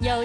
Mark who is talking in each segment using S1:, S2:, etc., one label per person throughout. S1: 有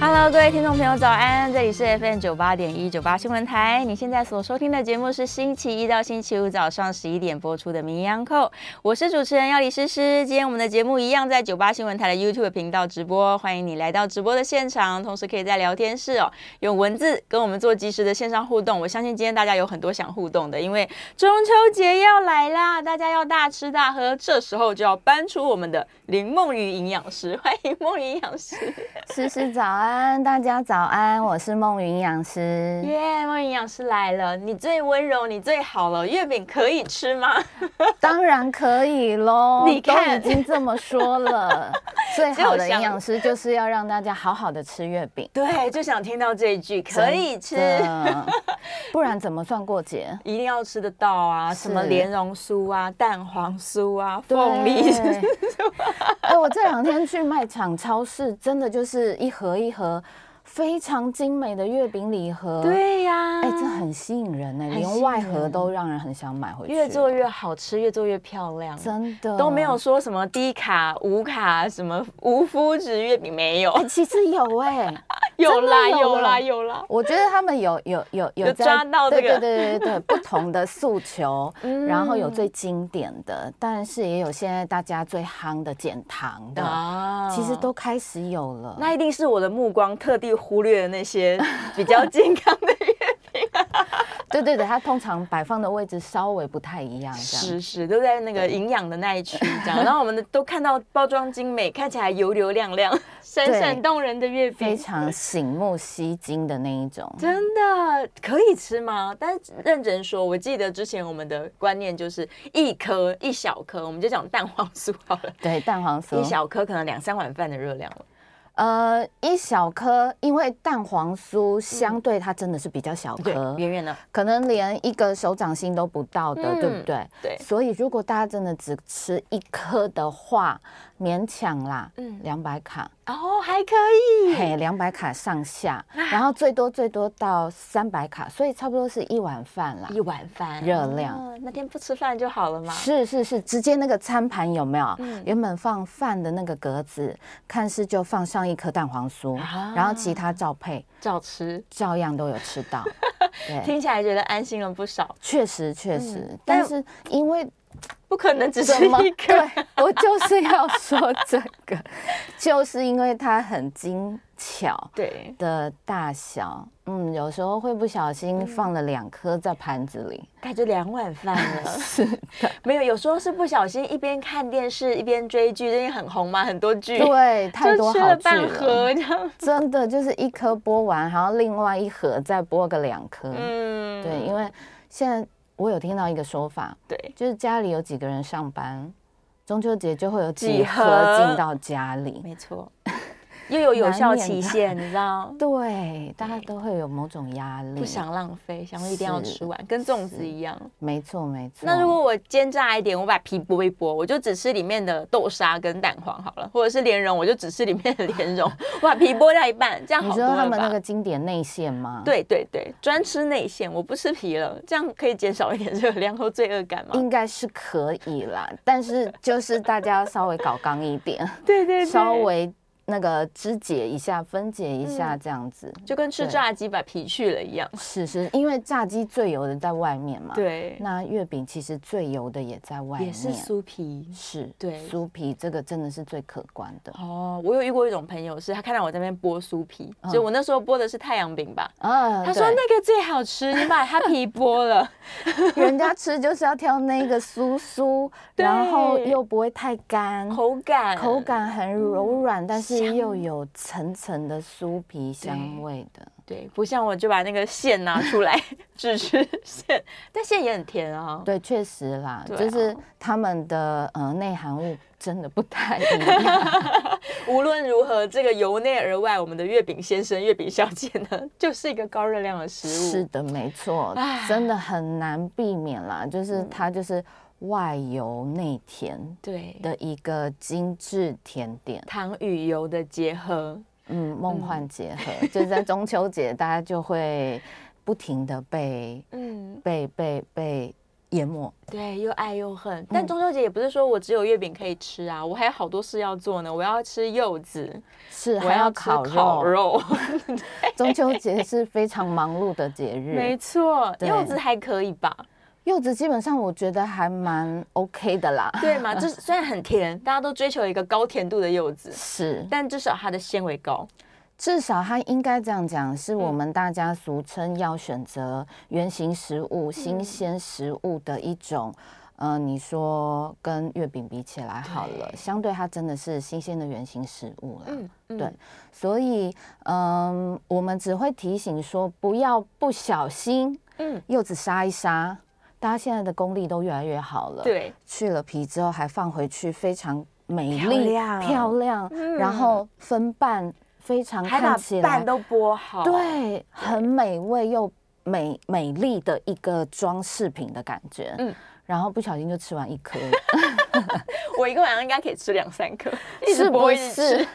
S2: Hello，各位听众朋友，早安！这里是 FM 九八点一九八新闻台。你现在所收听的节目是星期一到星期五早上十一点播出的《名医央叩》，我是主持人要李诗诗。今天我们的节目一样在九八新闻台的 YouTube 频道直播，欢迎你来到直播的现场，同时可以在聊天室哦用文字跟我们做及时的线上互动。我相信今天大家有很多想互动的，因为中秋节要来啦，大家要大吃大喝，这时候就要搬出我们的林梦雨营养师， 欢迎梦雨营养师。
S3: 诗诗早安，大家早安，我是梦云营养师。
S2: 耶，梦营养师来了，你最温柔，你最好了。月饼可以吃吗？
S3: 当然可以喽，
S2: 你看
S3: 都已经这么 说了，最好的
S2: 就像
S3: 营养师就是要让大家好好的吃月饼，
S2: 对，就想听到这一 句，可以吃，
S3: 真的，不然怎么算过节？
S2: 一定要吃得到啊！什么
S3: 是
S2: 莲蓉酥啊、蛋黄酥啊、
S3: 对
S2: 凤梨，
S3: 哎，我这两天去卖场、超市，真的就是一盒一盒非常精美的月饼礼盒。，
S2: 对呀，
S3: 哎，这很吸引人哎，
S2: 很吸
S3: 连
S2: 引
S3: 外盒
S2: 人
S3: 都让人很想买回去。
S2: 越做越好吃，越做越漂亮，
S3: 真的
S2: 都没有说什么低卡、无卡、什么无麸质月饼，没 有
S3: 哎、，其实有哎、
S2: 有啦，
S3: 真的有
S2: 有啦，
S3: 了
S2: 有啦，
S3: 我觉得他们有有有有
S2: 有
S3: 在
S2: 抓到这个
S3: 对对对对对，不同的诉求，
S2: 嗯
S3: 然后有最经典的，但是也有现在大家最夯的减糖的，
S2: 啊
S3: 其实都开始有了。
S2: 那一定是我的目光特地忽略了那些比较健康的月
S3: 对对对，它通常摆放的位置稍微不太一样，这样
S2: 食是都在那个营养的那一 区这样。然后我们的都看到包装精美，看起来油油亮亮、 闪闪动人的月
S3: 非
S2: 饼，
S3: 常醒目吸睛的那一种。
S2: 真的可以吃吗？但是认真说，我记得之前我们的观念就是一颗一小颗，我们就讲蛋黄酥好 了。
S3: 对，蛋黄酥
S2: 一小颗可能两三碗饭的热量了，
S3: 呃一小颗，因为蛋黄酥相对它真的是比较小
S2: 嗯对
S3: 颗，，
S2: 圆圆的，
S3: 可能连一个手掌心都不到的，
S2: 嗯
S3: 对不对？
S2: 对
S3: 所以如果大家真的只吃一颗的话，勉强啦，
S2: 嗯
S3: 嗯，两百卡，
S2: 哦，还可以，
S3: 嘿，两百卡上 下，然后最多最多到三百卡，所以差不多是一碗饭啦。
S2: 一碗饭
S3: 热量
S2: 哦那天不吃饭就好了嘛。
S3: 是是是，直接那个餐盘有没有？
S2: 嗯
S3: 原本放饭的那个格子，看似就放上一颗蛋黄酥，
S2: 啊
S3: 然后其他照配，
S2: 照吃，
S3: 照样都有吃 到。对，
S2: 听起来觉得安心了不少。
S3: 确实确实，
S2: 嗯
S3: 但
S2: 但
S3: 是因为
S2: 不可能只
S3: 怎
S2: 是
S3: 么
S2: 一颗，
S3: 对，我就是要说这 个，就是因为它很精巧
S2: 对，
S3: 的大小，嗯，有时候会不小心放了两颗在盘子里，
S2: 感觉两碗饭 了。是的，没有，有时候是不小心一边看电视一边追剧，最近很红嘛，很多剧，
S3: 对，太
S2: 就
S3: 多
S2: 吃
S3: 好
S2: 了
S3: 剧
S2: 半
S3: 了，
S2: 盒这样。
S3: 真的就是一颗剥完，然后另外一盒再剥个两颗，
S2: 嗯，
S3: 对，因为现在我有听到一个说法，
S2: 对，
S3: 就是家里有几个人上班，中秋节就会有
S2: 几
S3: 几
S2: 盒
S3: 盒进到家里，
S2: 没 错，又有有效
S3: 难
S2: 期
S3: 免的
S2: 限，你知道。
S3: 对，大家都会有某种压力，
S2: 不想浪费，想说一定要
S3: 是
S2: 吃完，跟粽子
S3: 是
S2: 一样。
S3: 没错，没错。
S2: 那如果我煎炸一点，我把皮剥一剥，我就只吃里面的豆沙跟蛋黄好了，或者是莲蓉，我就只吃里面的莲蓉，我把皮剥掉一半，这样
S3: 你
S2: 好
S3: 知
S2: 多了吧？
S3: 道他们那个经典内馅吗？，
S2: 对对对，专吃内馅，我不吃皮了，这样可以减少一点热量和罪恶感吗？
S3: 应该是可以啦，但是就是大家稍微搞刚一点，
S2: 对 对对，
S3: 稍微那个肢解一下、分解一下
S2: 嗯
S3: 这样子。
S2: 就跟吃
S3: 对
S2: 炸鸡把皮去了一样。
S3: 是是，因为炸鸡最油的在外面嘛，，
S2: 对，
S3: 那月饼其实最油的也在外面，
S2: 啊也是酥皮。
S3: 是
S2: 对
S3: 酥皮这个真的是最可观的
S2: 哦，我有遇过一种朋友，是他看到我在那边剥酥皮，
S3: 嗯
S2: 所以我那时候剥的是太阳饼吧。
S3: 啊。
S2: 他说
S3: 对
S2: 那个最好吃，你把它皮剥了。
S3: 人家吃就是要挑那个酥酥，然 后
S2: 对
S3: 又不会太干，
S2: 口感，嗯
S3: 口感很柔软，但是是又有层层的酥皮香味的。
S2: 对，不像我就把那个馅拿出来 只吃馅，但馅也很甜啊。
S3: 对，确实啦，
S2: 对啊
S3: 就是他们的呃内含物真的不 太一样。
S2: 无论如何，这个由内而外，我们的月饼先生、月饼小姐呢，就是一个高热量的食物。
S3: 是的，没错
S2: 唉，嗯
S3: 真的很难避免啦。就是它就是外油内甜
S2: 对的，
S3: 的一个精致甜点，
S2: 糖与油的结合。
S3: 嗯，梦幻结合，就是在中秋节大家就会不停的被
S2: 嗯，
S3: 被被被淹没。
S2: 对，又爱又恨。但
S3: 嗯
S2: 中秋节也不是说我只有月饼可以吃啊，我还有好多事要做呢。我要吃柚子，
S3: 是，
S2: 我
S3: 还要
S2: 吃
S3: 烤肉。
S2: 烤 肉。
S3: 中秋节是非常忙碌的节
S2: 没
S3: 日。
S2: 错，
S3: 对
S2: 柚子还可以吧？
S3: 柚子基本上我觉得还蛮 OK 的啦。
S2: 对 嘛？就是虽然很甜，大家都追求一个高甜度的柚子，
S3: 是，
S2: 但至少它的纤维高。
S3: 至少它应该这样讲，是
S2: 嗯
S3: 我们大家俗称要选择原型食物、新鲜食物的一种。呃，你说跟月饼比起来好了，相对它真的是新鲜的原型食物了。
S2: 嗯，嗯
S3: 对所以，嗯，我们只会提醒说，不要不小心
S2: 嗯，
S3: 柚子杀一杀。大家现在的功力都越来越好了，，
S2: 对，
S3: 去了皮之后还放回去，非常美
S2: 漂
S3: 丽、
S2: 亮嗯
S3: 漂亮然后分瓣非常
S2: 还把
S3: 看起来
S2: 蛋都剥好。
S3: 对，很美味又美美丽的一个装饰品的感觉。
S2: 嗯
S3: 嗯，然后不小心就吃完一颗，
S2: 我一个晚上应该可以吃两三颗， 一直
S3: 是
S2: 剥
S3: 不
S2: 一直吃
S3: 是？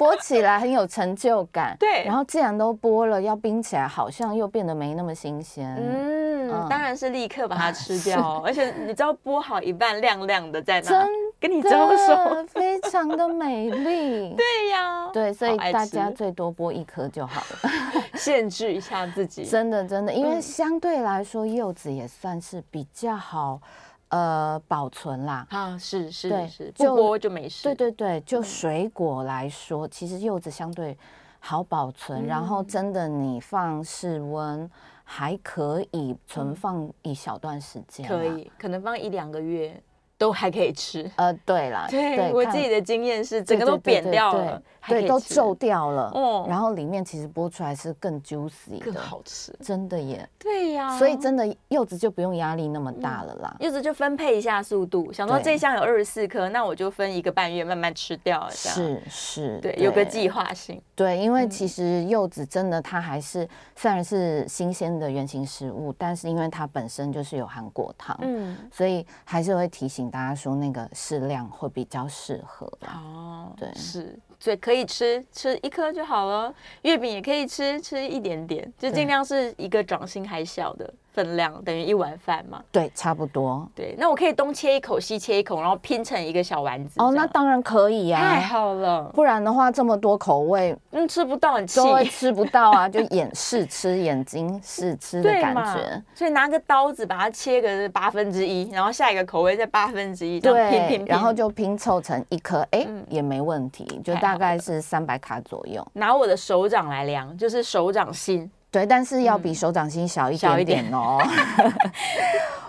S3: 剥起来很有成就感。
S2: 对
S3: 然后既然都剥了，要冰起来好像又变得没那么新鲜。
S2: 嗯，
S3: 嗯
S2: 当然是立刻把它吃掉哦， 而且你知道剥好一半亮亮的在哪
S3: 真，
S2: 跟你
S3: 真
S2: 招手。
S3: 的非常的美丽。
S2: 对呀，
S3: 对，所以
S2: 好爱
S3: 大
S2: 吃
S3: 家最多剥一颗就好了。
S2: 限制一下自己。
S3: 真的真的，因为
S2: 嗯
S3: 相对来说，柚子也算是比较好，呃，保存啦。
S2: 啊，是是
S3: 对
S2: 是，不
S3: 就
S2: 剥就没事。
S3: 对对对，就水果来说，其实柚子相对好保
S2: 嗯
S3: 存，然后真的你放室温还可以存放一小段时间，
S2: 嗯可。以，可能放一两个月都还可以 吃。
S3: 呃，对啦，
S2: 对我
S3: 看
S2: 自己的经验是，
S3: 对
S2: 整个都
S3: 对对
S2: 扁掉
S3: 对
S2: 了，还可
S3: 对，
S2: 以
S3: 都
S2: 吃
S3: 皱掉了，
S2: 哦
S3: 然后里面其实剥出来是更 juicy
S2: 更
S3: 的，
S2: 好啊吃。
S3: 真的耶，
S2: 对呀，
S3: 所以真的柚子就不用压力那么大了啦。
S2: 柚子就分配一下速度，想说
S3: 对
S2: 这项有二十四颗，那我就分一个半月慢慢吃掉，这样
S3: 是是，
S2: 嗯对，有个计划性。
S3: 对，因为
S2: 嗯
S3: 其实柚子真的它还是虽然是新鲜的原型食物，但是因为它本身就是有含果糖，
S2: 嗯，
S3: 所以还是会提醒大家说那个适量会比较适合啦。
S2: 哦，
S3: 对
S2: 是，所以可以吃，吃一颗就好了。月饼也可以吃，吃一点点，就尽
S3: 对
S2: 量是一个掌心还小的分量，等于一碗饭嘛。
S3: 对，差不多。
S2: 对，那我可以东切一口，西切一口，然后拼成一个小丸子这样。
S3: 哦，那当然可以呀、
S2: 太好了，
S3: 不然的话这么多口味
S2: 嗯，吃不到很气，
S3: 都会吃不到啊，就眼 试吃，眼睛试吃的
S2: 对
S3: 感
S2: 嘛
S3: 觉。？
S2: 所以拿个刀子把它切个八分之一，然后下一个口味再八分之一，这样拼拼
S3: 对
S2: 拼，，嗯
S3: 然后就拼凑成一颗，哎、也没问题，就
S2: 太好
S3: 大概
S2: 了
S3: 是三百卡左右。
S2: 拿我的手掌来量，就是手掌心。
S3: 对，但是要比手掌心小一
S2: 嗯小一
S3: 点
S2: 点
S3: 点 哦。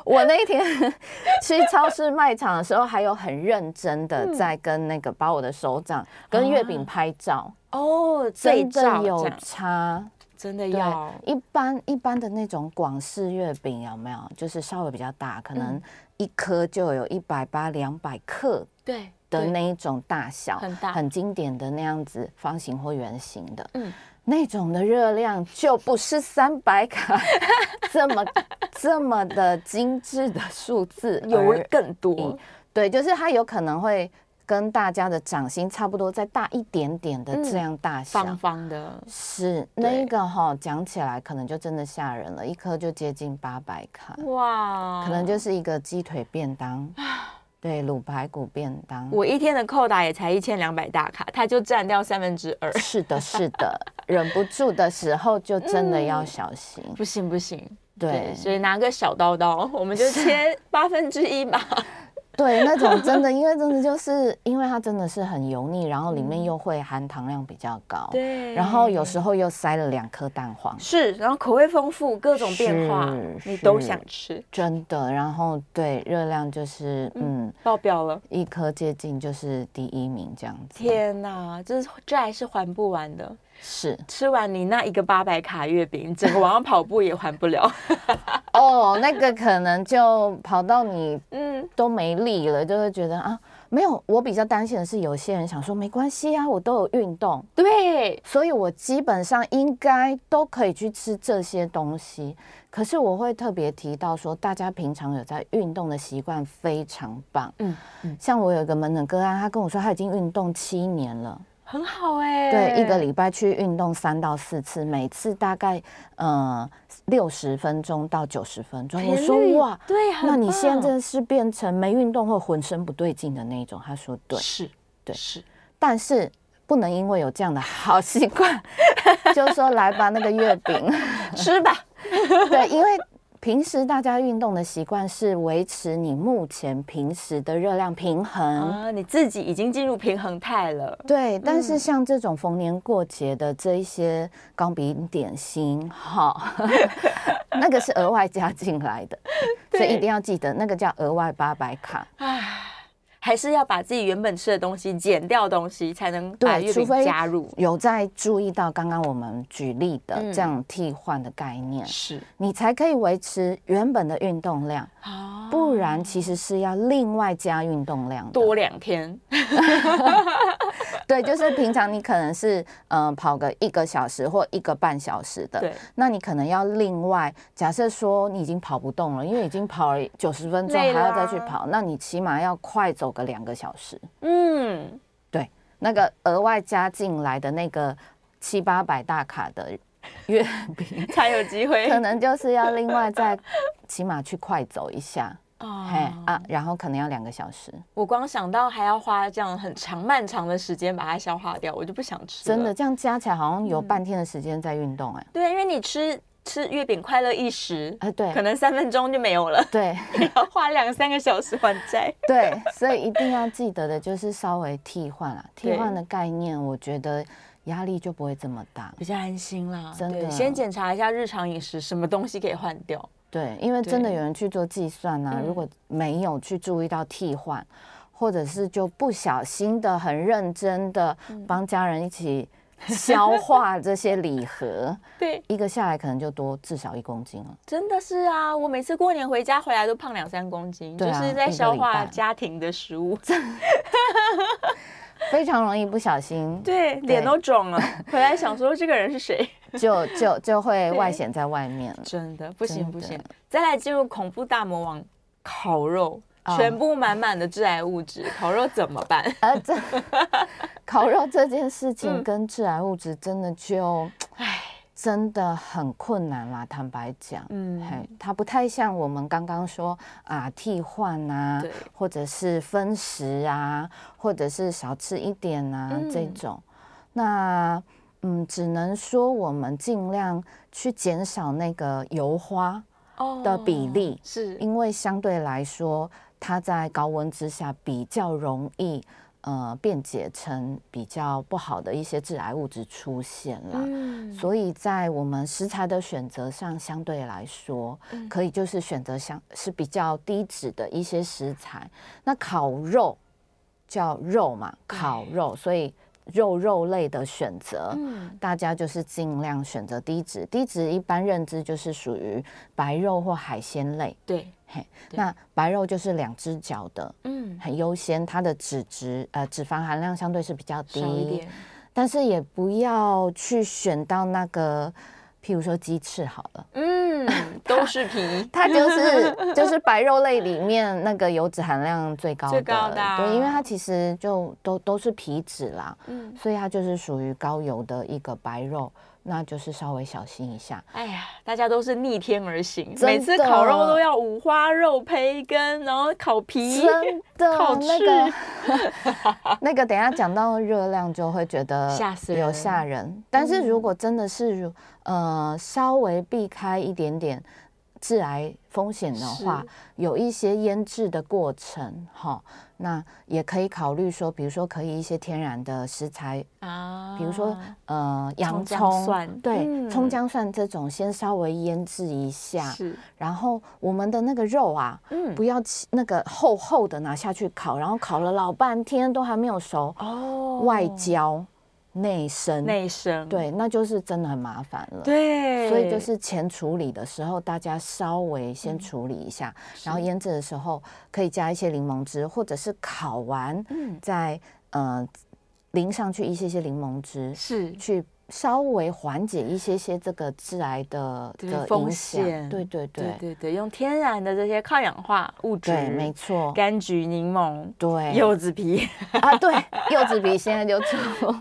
S3: 我那一天 去超市卖场的时候，还有很认真
S2: 嗯
S3: 的在跟那个把我的手
S2: 啊
S3: 掌跟月饼拍照，
S2: 哦，
S3: 真
S2: 这
S3: 的
S2: 样
S3: 有差。
S2: 真的
S3: 对
S2: 要，
S3: 一般一般的那种广式月饼有没有？就是稍微比较大，可
S2: 嗯
S3: 能一颗就有一百八、两百克
S2: 对
S3: 的
S2: 对
S3: 那一种大小，
S2: 很大
S3: 很经典的那样子，方形或圆形的，
S2: 嗯
S3: 嗯，那种的热量就不是三百 卡这么这么的精致的数字而已，
S2: 油更多，
S3: 对，就是它有可能会跟大家的掌心差不多，再大一点点的这样大小。
S2: 嗯方方的，
S3: 是
S2: 对
S3: 那一个哈、讲起来可能就真的吓人了，一颗就接近八百卡，
S2: 哇，
S3: 可能就是一个鸡腿便当，
S2: 啊
S3: 对，卤排骨便当。
S2: 我一天的扣打也才一千两百大卡，它就占掉三分之二。
S3: 是的，是的，忍不住的时候就真的要小心。
S2: 不行不行，
S3: 对，
S2: 所以拿个小刀刀，我们就切八分之一吧。
S3: 对，那种真的，因为真的就是因为它真的是很油腻，然后里面又会含糖量比较高，
S2: 对
S3: 然后有时候又塞了两颗蛋黄，
S2: 是，然后口味丰富，各种变化
S3: 是，
S2: 你
S3: 是
S2: 都想吃，
S3: 真的，然后对热量就是嗯
S2: 爆表了。
S3: 一颗接近就是第一名这样子，
S2: 天哪，这是这还是还不完的。
S3: 是
S2: 吃完你那一个八百卡月饼，整个晚上跑步也还不了。
S3: 哦，那个可能就跑到你
S2: 嗯，
S3: 都没力了，就会觉得啊，没有。我比较担心的是，有些人想说没关系啊，我都有运动，
S2: 对，
S3: 所以我基本上应该都可以去吃这些东西。可是我会特别提到说，大家平常有在运动的习惯非常棒。
S2: 嗯
S3: 像我有一个门诊个案，他跟我说他已经运动七年了，
S2: 很好哎、
S3: 对，一个礼拜去运动三到四次，每次大概呃六十分钟到九十分钟。我
S2: 频
S3: 说
S2: 率
S3: 哇，
S2: 对，很
S3: 那你
S2: 棒
S3: 现在是变成没运动或浑身不对劲的那一种？他说对，
S2: 是，
S3: 对
S2: 是，
S3: 但是不能因为有这样的好习惯， 就是说来吧，那个月饼，
S2: 吃吧。
S3: 对，因为平时大家运动的习惯是维持你目前平时的热量平衡。
S2: 啊，你自己已经进入平衡态了。
S3: 对，但
S2: 嗯
S3: 是像这种逢年过节的这一些糕饼点心，哈，那个是额外加进来的， 所以一定要记得，那个叫额外八百卡。
S2: 唉， 还是要把自己原本吃的东西减掉东西，才能把
S3: 对，
S2: 月
S3: 除
S2: 饼
S3: 非
S2: 加入。
S3: 有在注意到刚刚我们举例的
S2: 嗯
S3: 这样替换的概念，
S2: 是
S3: 你才可以维持原本的运动量，
S2: 啊，
S3: 不然其实是要另外加运动量的。
S2: 多两天。
S3: 对，就是平常你可能是嗯、呃跑个一个小时或一个半小时的，
S2: 对，
S3: 那你可能要另外假设说你已经跑不动了，因为已经跑了九十分钟，还
S2: 累啊
S3: 要再去
S2: 啦
S3: 跑，那你起码要快走个两个小时。
S2: 嗯，，
S3: 对，那个额外加进来的那个七八百大卡的月 饼
S2: 才有机会。
S3: 可能就是要另外再起码去快走 一下，嘿
S2: 啊，
S3: 啊，然后可能要两个小时，
S2: 我光想到还要花这样很长漫长的时间把它消化掉，我就不想吃了。
S3: 真的这样加起来好像有半天的时间在运动哎、
S2: 对，因为你吃吃月饼快乐一时，
S3: 啊对
S2: 嗯可能三分钟就没有 了，
S3: 对
S2: 你要花两三个小时还债。
S3: 对，所以一定要记得的就是稍微替换啦，替
S2: 对
S3: 换的概念，我觉得压力就不会这么大。
S2: 比较安心啦，
S3: 真的
S2: 对先检查一下日常饮食什么东西可以换掉，
S3: 对，因为真的
S2: 对
S3: 有人去做计算啊，如
S2: 嗯
S3: 果没有去注意到替换，或者是就不小心的、很认真的
S2: 嗯
S3: 帮家人一起消化这些礼盒，
S2: 对，
S3: 一个下来可能就多至少一公斤了。
S2: 真的是啊，我每次过年回家回来都胖两三公斤，
S3: 对
S2: 就
S3: 啊
S2: 是在消
S3: 一个
S2: 化
S3: 礼拜
S2: 家庭的食 物，
S3: 非常容易不小心
S2: 对，脸都肿了， 回来想说这个人是谁，
S3: 就就就会外
S2: 对
S3: 显在外面了。
S2: 真的 不行
S3: 真
S2: 不
S3: 的
S2: 行，再来进入恐怖大魔王烤肉，
S3: 哦
S2: 全部满满的致癌物 质，烤肉怎么办？
S3: 而 这烤肉这件事情
S2: 嗯
S3: 跟致癌物质真的就
S2: 唉，
S3: 真的很困难啦，坦白讲，
S2: 嗯
S3: 嘿，它不太像我们刚刚说啊替换啊
S2: 对，
S3: 或者是分食啊，或者是少吃一点啊、
S2: 嗯
S3: 这种，那嗯，只能说我们尽量去减少那个油花，
S2: 哦
S3: 的比例
S2: 是
S3: 因为相对来说，它在高温之下比较容易。呃，变解成比较不好的一些致癌物质出现啦。
S2: 嗯
S3: 所以在我们食材的选择上，相对来说，
S2: 嗯
S3: 可以就是选择相是比较低脂的一些食材。那烤肉叫肉嘛，烤肉，所以肉肉类的选择，
S2: 嗯
S3: 大家就是尽量选择低脂。低脂一般认知就是属于白肉或海鲜类。
S2: 对，
S3: 嘿，
S2: 对
S3: 那白肉就是两只脚的，
S2: 嗯
S3: 很优先，它的脂质呃脂肪含量相对是比较低，
S2: 少一点，
S3: 但是也不要去选到那个，譬如说鸡翅好了，
S2: 嗯，都是皮，
S3: 它就 是就是白肉类里面那个油脂含量最高的，
S2: 最高的啊
S3: 对，因为它其实就都都是皮脂啦，
S2: 嗯，
S3: 所以它就是属于高油的一个白肉，那就是稍微小心一下。
S2: 哎呀，大家都是逆天而行，
S3: 真
S2: 每次
S3: 的
S2: 烤肉都要五花肉、培根，然后烤皮，
S3: 真 的
S2: 靠，
S3: 那
S2: 吃
S3: 个 那个，等一下讲到热量就会觉得
S2: 吓死
S3: 有
S2: 人
S3: 吓人。但是如果真的是如呃稍微避开一点点致癌风险的话，有一些腌制的过程，哈，那也可以考虑说，比如说可以一些天然的食材，
S2: 啊
S3: 比如说呃洋
S2: 姜
S3: 葱、
S2: 蒜
S3: 对，葱
S2: 嗯
S3: 姜蒜这种先稍微腌制一下，
S2: 是，
S3: 然后我们的那个肉啊，
S2: 嗯
S3: 不要切那个厚厚的拿下去烤，然后烤了老半天都还没有熟，
S2: 哦
S3: 外焦内生，
S2: 内生，
S3: 对，那就是真的很麻烦了。
S2: 对，
S3: 所以就是前处理的时候，大家稍微先处理一下，
S2: 嗯
S3: 然后腌制的时候可以加一些柠檬汁，或者是烤完
S2: 嗯
S3: 再呃淋上去一些些柠檬汁，
S2: 是
S3: 去稍微缓解一些些这个致癌的
S2: 对
S3: 的
S2: 风
S3: 影响
S2: 险。
S3: 对对
S2: 对
S3: 对
S2: 对对，用天然的这些抗氧化物质，
S3: 对，没错。
S2: 柑橘、柠檬、
S3: 对，
S2: 柚子皮，
S3: 啊，对，柚子皮现在就出。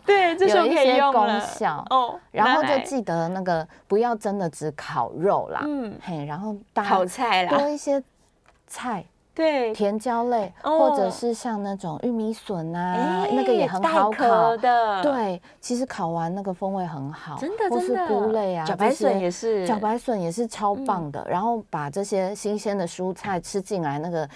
S2: 对，这时候
S3: 有一
S2: 可以
S3: 些
S2: 用
S3: 功
S2: 了
S3: 效
S2: 哦，
S3: 然后
S2: 拿
S3: 就
S2: 来
S3: 记得那个不要真的只烤肉啦，
S2: 嗯
S3: 嘿，然后大
S2: 烤
S3: 家
S2: 菜啊
S3: 多
S2: 啦，
S3: 一些菜，
S2: 对，
S3: 甜椒类，
S2: 哦
S3: 或者是像那种玉米笋啊，
S2: 哎
S3: 那个也很
S2: 带
S3: 好
S2: 壳
S3: 烤。
S2: 的，，
S3: 对，其实烤完那个风味很好，
S2: 真的
S3: 或
S2: 真
S3: 是
S2: 的，
S3: 菇类啊，
S2: 茭白笋也
S3: 是，
S2: 是，嗯
S3: 茭白笋也是超棒的。然后把这些新鲜的蔬菜吃进来，那个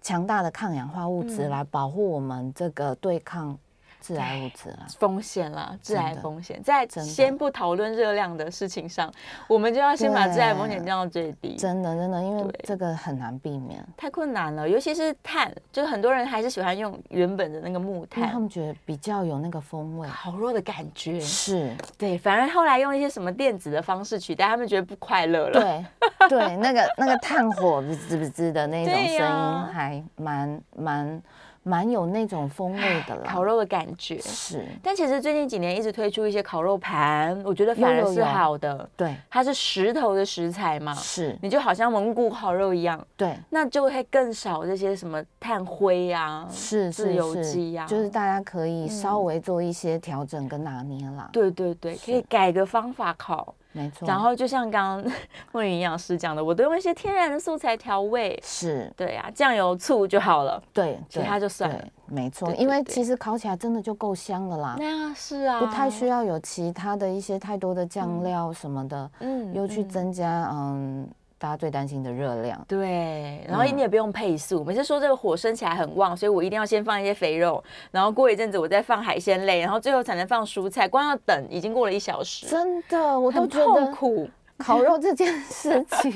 S3: 强大的抗氧化物质
S2: 嗯
S3: 来保护我们这个对抗致癌物质啊。
S2: 风险啦，致
S3: 真
S2: 癌
S3: 的
S2: 风险，在
S3: 真的
S2: 先不讨论热量的事情上，我们就要先把致癌风险
S3: 对
S2: 降到最低。
S3: 真的真的，因为
S2: 对
S3: 这个很难避免，
S2: 太困难了，尤其是碳，就是很多人还是喜欢用原本的那个木
S3: 因为嗯他
S2: 炭，
S3: 们觉得比较有那个风味。
S2: 烤肉的感觉。
S3: 是，
S2: 对，反而后来用一些什么电子的方式取代，他们觉得不快乐了。
S3: 对对，那个那个炭火滋滋滋滋的那种
S2: 对
S3: 声
S2: 呀
S3: 音，还蛮蛮蛮有那种风味的啦。
S2: 哎烤肉的感觉。
S3: 是，
S2: 但其实最近几年一直推出一些烤肉盘，我觉得反而
S3: 有有
S2: 是
S3: 有
S2: 好的，
S3: 对，
S2: 它是石头的食材嘛，
S3: 是，
S2: 你就好像蒙古烤肉一样，
S3: 对，
S2: 那就会更少这些什么炭灰啊，
S3: 是
S2: 自
S3: 是
S2: 由基
S3: 是
S2: 呀、，
S3: 就是大家可以稍
S2: 嗯
S3: 微做一些调整跟拿捏啦。，
S2: 对对对，可以
S3: 是
S2: 改个方法烤。
S3: 没错。
S2: 然后就像刚 刚莫云营养师讲的，我都用一些天然的素材调味，
S3: 是，
S2: 对啊，酱油、醋就好了。
S3: 对，
S2: 其
S3: 对
S2: 他就算了
S3: 对，没错，
S2: 对
S3: 因
S2: 对
S3: 为
S2: 对
S3: 其实烤起来真的就够香了啦。
S2: 那是啊，
S3: 不太需要有其他的一些太多的酱料什么的，
S2: 嗯
S3: 又去
S2: 嗯
S3: 增加嗯大家最担心的热量。
S2: 对，然后
S3: 嗯
S2: 你也不用配速。每次说这个火升起来很旺，所以我一定要先放一些肥肉，然后过一阵子我再放海鲜类，然后最后才能放蔬菜。光要等已经过了一小时，
S3: 真的，我都
S2: 很
S3: 觉
S2: 痛
S3: 得
S2: 苦，
S3: 烤肉这件事情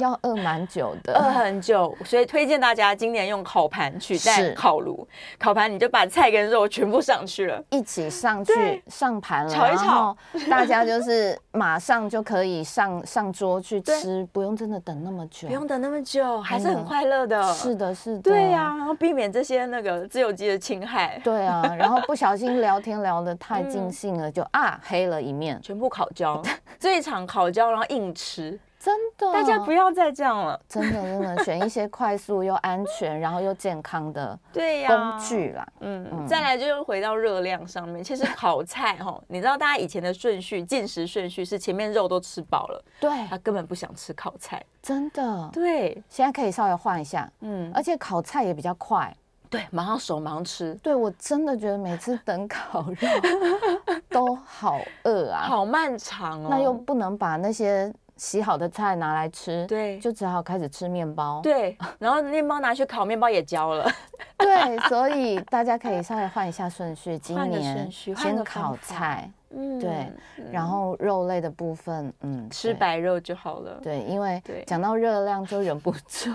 S3: 要饿蛮久
S2: 饿
S3: 的。
S2: 很久。所以推荐大家今年用烤盘取代
S3: 是
S2: 烤炉，烤盘你就把菜跟肉全部上去了。
S3: 一起上去上盘了，
S2: 炒一
S3: 然后大家就是马上就可以上上桌去
S2: 对
S3: 吃，不用真的等那么久。
S2: 不用等那么久，还是
S3: 真的
S2: 很快乐的。
S3: 是，的，是的，
S2: 对呀、然后避免这些那个自由基的侵害，
S3: 对啊。然后不小心聊天聊得太
S2: 嗯
S3: 尽兴了，就啊黑了一面，
S2: 全部烤焦， 这一场烤焦，然后硬吃，
S3: 真的。
S2: 大家不要再这样了。
S3: 真的真的选一些快速又安全，然后又健康的
S2: 对啊呀、
S3: 工具啦。
S2: 嗯，
S3: 嗯
S2: 再来就又回到热量上面。其实烤菜 哈，你知道大家以前的顺序，进食顺序是前面肉都吃饱了，
S3: 对，嗯
S2: 他根本不想吃烤菜。
S3: 真的，
S2: 对，
S3: 现在可以稍微换一下，
S2: 嗯，
S3: 而且烤菜也比较快。
S2: 对，马上熟，马上吃，
S3: 对我真的觉得每次等烤肉都好饿啊，
S2: 好漫长哦。
S3: 那又不能把那些洗好的菜拿来吃，
S2: 对
S3: 就只好开始吃面包。
S2: 对，然后面包拿去烤，面包也焦了。
S3: 对，所以大家可以稍微换一下顺序，今
S2: 换个
S3: 年
S2: 顺序换
S3: 先
S2: 个方
S3: 烤
S2: 法
S3: 菜，
S2: 嗯，
S3: 对，然后肉类的部分，嗯，
S2: 吃
S3: 对
S2: 白肉就好了。
S3: 对，因为
S2: 对
S3: 讲到热量就忍不 住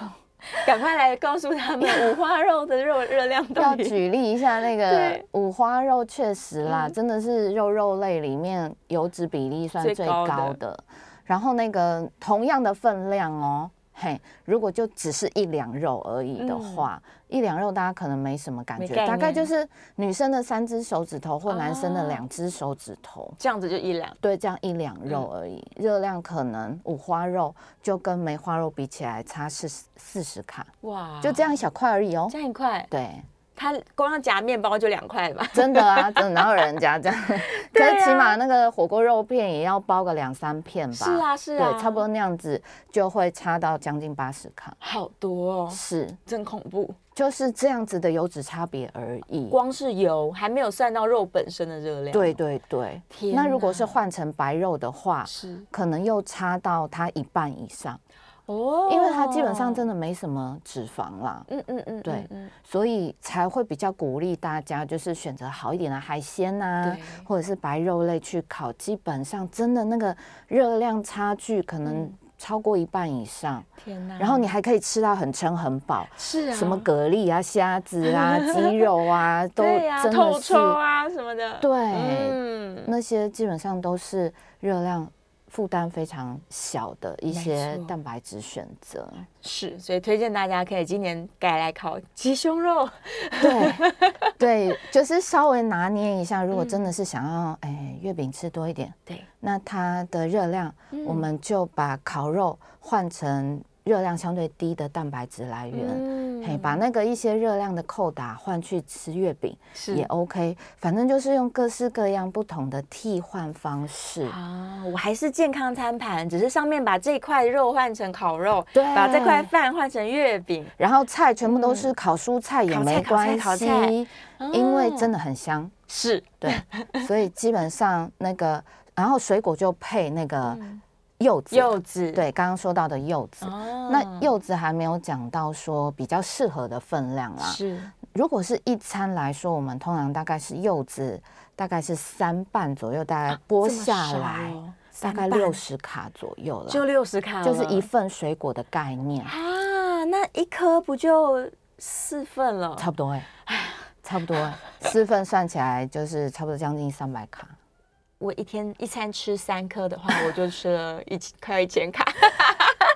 S2: 赶快来告诉他 们五花肉的肉热量到
S3: 要
S2: 底。
S3: 举例一下那个
S2: 对
S3: 五花肉，确实啦，
S2: 嗯
S3: 真的是肉肉类里面油脂比例算
S2: 最
S3: 最
S2: 高的
S3: 高的。然后那个同样的分量哦，嘿，如果就只是一两肉而已的话，一两肉大家可能没什么感
S2: 嗯没
S3: 觉，
S2: 概
S3: 大概
S2: 念
S3: 就是女生的三只手指头或男
S2: 哦
S3: 生的两只手指头。
S2: 这样子就一两，
S3: 对，这样一两肉
S2: 嗯
S3: 而已，热量可能五花肉就跟梅花肉比起来差四十四十卡，
S2: 哇，
S3: 就这样一小块而已哦
S2: 啊这。样一块，
S3: 对，
S2: 他光要夹面包就两块吧。
S3: 真的啊，真的哪有人家这样？可
S2: 对啊
S3: 是起码那个火锅肉片也要包个两三片吧？
S2: 是，啊，是啊，
S3: 对，差不多那样子就会差到将近八十卡。
S2: 好多哦，
S3: 是，
S2: 真恐怖。
S3: 就是这样子的油脂差别而已。
S2: 光是油还没有算到肉本身的热量。
S3: 对，对对，
S2: 天
S3: 那如果
S2: 哪
S3: 是换成白肉的话，
S2: 是
S3: 可能又差到它一半以上。
S2: 哦
S3: 因为它基本上真的没什么脂肪啦，
S2: 嗯嗯嗯，
S3: 对
S2: 嗯嗯
S3: 所以才会比较鼓励大家就是选择好一点的海鲜呐、
S2: 对
S3: 或者是白肉类去烤，基本上真的那个热量差距可能
S2: 嗯
S3: 超过一半以上，
S2: 天哪，
S3: 然后你还可以吃到很撑很饱。
S2: 是啊，
S3: 什么蛤蜊啊、虾 子啊、鸡肉啊，都
S2: 对呀
S3: 真
S2: 透
S3: 的是
S2: 抽啊什么的，
S3: 对
S2: 嗯，
S3: 那些基本上都是热量负担非常小的一些
S2: 没错
S3: 蛋白质选择。
S2: 是，所以推荐大家可以今年改来烤鸡胸肉，
S3: 对 对，就是稍微拿捏一下。如果
S2: 嗯
S3: 真的是想要哎月饼吃多一点，
S2: 对，
S3: 那它的热量我
S2: 嗯
S3: 们就把烤肉换成热量相对低的蛋白质来源。
S2: 嗯
S3: 嘿，把那个一些热量的扣打换去吃月饼
S2: 是
S3: 也 OK，反正就是用各式各样不同的替换方式。
S2: 啊，我还是健康餐盘，只是上面把这块肉换成烤肉，
S3: 对
S2: 把这块饭换成月饼，
S3: 然后菜全部都是烤蔬菜也
S2: 烤菜
S3: 没
S2: 烤菜
S3: 关
S2: 烤
S3: 系
S2: 菜，
S3: 因为
S2: 哦
S3: 真的很香，
S2: 是
S3: 对，所以基本上那个，然后水果就配那个柚子，
S2: 嗯柚子，，
S3: 对，刚刚说到的柚子。
S2: 哦
S3: 那柚子还没有讲到说比较适合的分量啦。
S2: 是
S3: 如果是一餐来说，我们通常大概是柚子，大概是三瓣左右，大概
S2: 啊
S3: 剥下来、大概六，十卡左右
S2: 这么少哦三哦瓣
S3: 了，
S2: 就六十卡了，
S3: 就是一份水果的概念，
S2: 啊，那一颗不就四份了？
S3: 差不多哎、差不多哎、四份算起来就是差不多将近三百卡。
S2: 我一天一餐吃三颗的话，我就吃了一千快要一千 卡。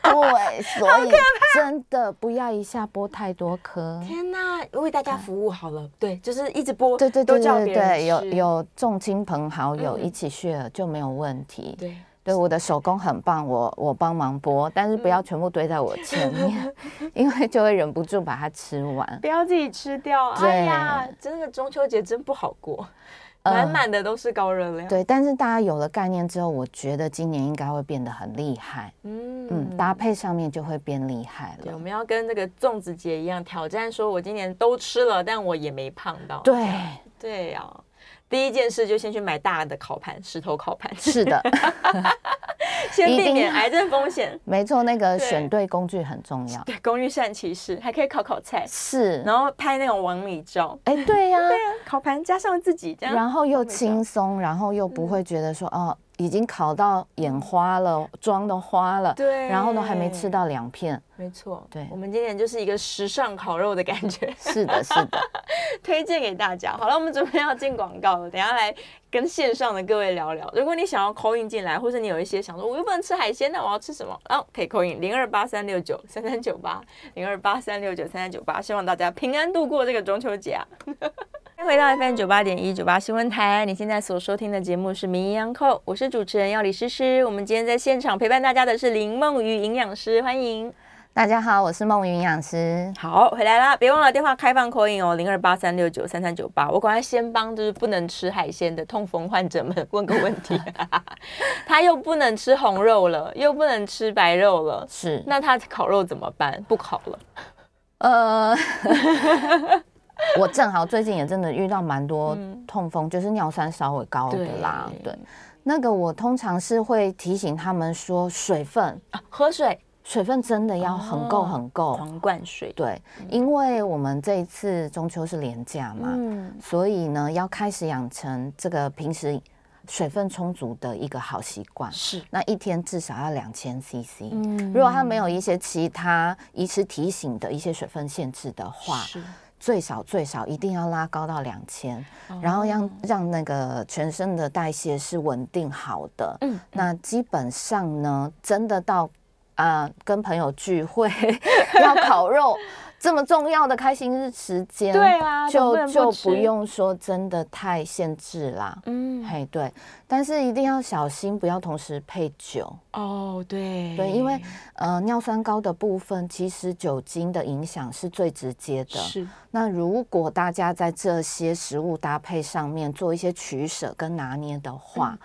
S3: 对，所以真的不要一下剥太多颗。
S2: 天哪，为大家服务好了，对，就是一直播，
S3: 对对
S2: 都
S3: 对
S2: 叫
S3: 对
S2: 别
S3: 对
S2: 人
S3: 对，有
S2: 吃
S3: 有众亲朋好友
S2: 嗯
S3: 一起 share 就没有问题。
S2: 对。
S3: 对，我的手工很棒，我我帮忙剥，但是不要全部堆在我前面， 因为就会忍不住把它吃完。
S2: 不要自己吃掉，
S3: 对
S2: 哎呀，真的中秋节真不好过，
S3: 嗯
S2: 满满的都是高热量。，
S3: 对，但是大家有了概念之后，我觉得今年应该会变得很厉害。
S2: 嗯
S3: 嗯，搭配上面就会变厉害
S2: 对，我
S3: 了。
S2: 们要跟那个粽子节一样挑战，说我今年都吃了，但我也没胖到。
S3: 对，
S2: 对呀、第一件事就先去买大的烤盘，石头烤盘，
S3: 是的，
S2: 先
S3: 一
S2: 避
S3: 定
S2: 免
S3: 要
S2: 癌症风险。
S3: 没错，那个
S2: 对
S3: 选对工具很重要。
S2: 对，工欲善其事，还可以烤烤菜，
S3: 是，
S2: 然后拍那种网美照。
S3: 哎，对呀、
S2: 对啊，烤盘加上自己这样，
S3: 然后又
S2: 美
S3: 轻松，然后又不会
S2: 嗯
S3: 觉得说、哦，已经烤到眼花了，妆都花了，
S2: 对
S3: 然后都还没吃到两片。
S2: 没错，
S3: 对
S2: 我们今年就是一个时尚烤肉的感觉。
S3: 是的，是的，
S2: 推荐给大家。好了，我们准备要进广告了，等一下来跟线上的各位聊聊。如果你想要扣印进来，或者你有一些想说我又不能吃海鲜，那我要吃什么？然、后可以扣印零二八三六九三三九八零二八三六九三三九八，希望大家平安度过这个中秋节啊！ 欢迎回到 FM 九八点一九八新闻台，你现在所收听的节目是《名医央叩》，我是主持人要李诗诗。我们今天在现场陪伴大家的是林梦瑜营养师，欢迎。
S3: 大家好，我是梦云营养师。
S2: 好，回来啦！别忘了电话开放口音哦，零二八三六九三三九八。我赶快先帮就是不能吃海鲜的痛风患者们问个问题， 他又不能吃红肉了，又不能吃白肉了，
S3: 是，
S2: 那他烤肉怎么办？不烤了，
S3: 呃， 我正好最近也真的遇到蛮多痛风，就是尿酸稍微高的啦。
S2: 嗯对
S3: 对，那个我通常是会提醒他们说，水分，
S2: 啊喝水，
S3: 水分真的要很
S2: 哦
S3: 够很够。
S2: 狂灌水。
S3: 对，因为我们这一次中秋是连假嘛，
S2: 嗯，
S3: 所以呢，要开始养成这个平时水分充足的一个好习惯。
S2: 是，
S3: 那一天至少要两千 CC。
S2: 嗯
S3: 如果他没有一些其他医师提醒的一些水分限制的话，
S2: 是
S3: 最少最少一定要拉高到两千、
S2: 哦
S3: 然后让让那个全身的代谢是稳定好的。
S2: 嗯，
S3: 那基本上呢，真的到啊、呃跟朋友聚会 要烤肉这么重要的开心日时间，
S2: 对啊总不
S3: 就
S2: 能不
S3: 就
S2: 吃
S3: 不用说真的太限制啦。
S2: 嗯，
S3: 嘿，对，但是一定要小心，不要同时配酒。
S2: 哦，对
S3: 对，因为呃，尿酸高的部分，其实酒精的影响是最直接的。
S2: 是
S3: 那如果大家在这些食物搭配上面做一些取舍跟拿捏的话，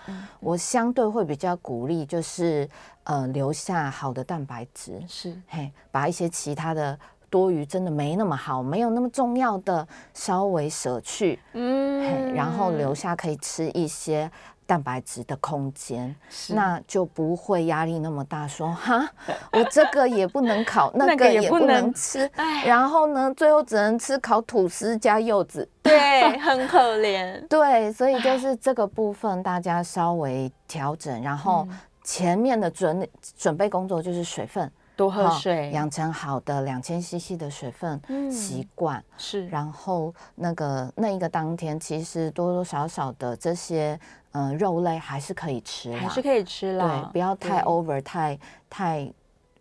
S3: 我相对会比较鼓励，就是呃留下好的蛋白质，
S2: 是，
S3: 嘿，把一些其他的多余真的没那么好、没有那么重要的稍微舍去，
S2: 嗯
S3: 嘿，然后留下可以吃一些蛋白质的空间，
S2: 是
S3: 那就不会压力那么 大。说哈，我这个也不能烤，那个也不能吃，
S2: 哎，
S3: 然后呢，最后只能吃烤吐司加柚子。
S2: 对，很可 怜。
S3: 对，所以就是这个部分大家稍微调整，然后
S2: 嗯
S3: 前面的准准备工作就是水分，
S2: 多喝
S3: 好
S2: 水，
S3: 养成好的两千 CC 的水分
S2: 嗯
S3: 习惯，
S2: 是，
S3: 然后那个那一个当天其实多多少少的这些嗯、呃肉类还是可以吃啦，
S2: 还是可以吃啦，
S3: 对，不要太
S2: 嗯对。
S3: over 太太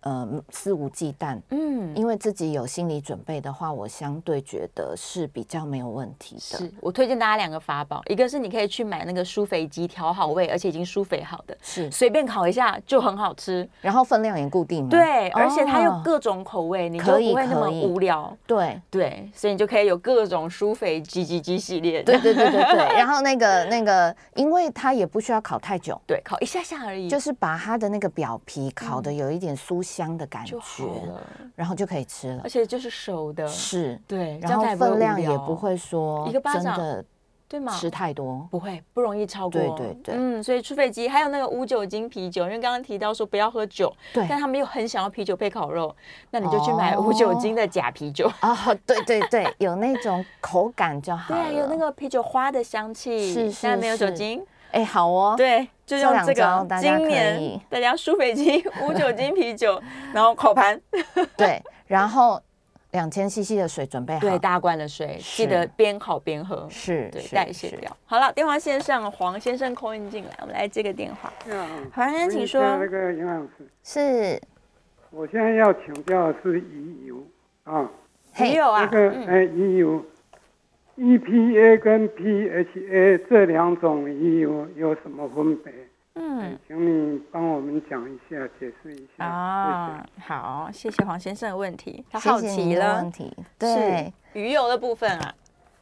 S3: 呃肆无忌惮。
S2: 嗯，
S3: 因为自己有心理准备的话，我相对觉得是比较没有问题的。
S2: 是我推荐大家两个法宝，一个是你可以去买那个舒肥机，调好味，而且已经舒肥好的，
S3: 是
S2: 随便烤一下就很好吃。
S3: 然后分量也固定嘛。
S2: 对，而且它有
S3: 嗯哦
S2: 各种口味，你就
S3: 可以
S2: 不会那么
S3: 可以
S2: 无聊。
S3: 对。
S2: 对，所以你就可以有各种舒肥鸡鸡鸡系列。
S3: 对对对对对， 然后那个那个，因为它也不需要烤太久，
S2: 对，烤一下下而已，
S3: 就是把它的那个表皮烤的有一点酥香的感
S2: 嗯就好
S3: 觉，
S2: 了，
S3: 然后就可以吃了
S2: 而。且就是熟的，
S3: 是，
S2: 对，这
S3: 然
S2: 样
S3: 后
S2: 才
S3: 分
S2: 无
S3: 量也
S2: 聊
S3: 不会说
S2: 一个巴
S3: 真
S2: 掌
S3: 的
S2: 对吗？
S3: 吃太多。
S2: 不会，不容易超过。
S3: 对对对
S2: 嗯，所以除非鸡还有那个无酒精啤酒，因为刚刚提到说不要喝酒，
S3: 对
S2: 但他们又很想要啤酒配烤肉，那你就去买无酒精的假啤酒。
S3: 哦，对对 对，有那种口感就好
S2: 对啊，
S3: 了。
S2: 有那个啤酒花的香气，
S3: 是是
S2: 但没有酒
S3: 是
S2: 精。
S3: 哎，好哦，
S2: 对，就
S3: 这
S2: 用
S3: 两
S2: 这
S3: 招
S2: 个
S3: 大家
S2: 今
S3: 可
S2: 年
S3: 以
S2: 大家舒肥鸡、 无酒精啤酒，然后烤盘，
S3: 对，然后两千 CC 的水准备好。
S2: 对，大罐的水，记
S3: 是
S2: 得边烤边喝。
S3: 是
S2: 对，
S3: 是
S2: 代谢
S3: 是
S2: 掉。好了，电话线上黄先生 call in 进来，我们来接个电话。
S4: 嗯，
S2: 黄先生，请说。
S4: 那个杨老师，
S3: 是，
S4: 我现在要请教的是鱼油啊，
S2: 没有
S4: 那
S2: 啊，
S4: 个
S2: 嗯
S4: 哎鱼油，EPA 跟 PHA 这两种鱼油有什么分别？哎
S2: 嗯。
S4: 请你帮我们讲一下，解释一下。
S2: 啊，好，谢谢黄先生的问题，他
S3: 谢
S2: 好
S3: 谢
S2: 奇
S3: 您的
S2: 了
S3: 问，题。对，
S2: 鱼油的部分啊，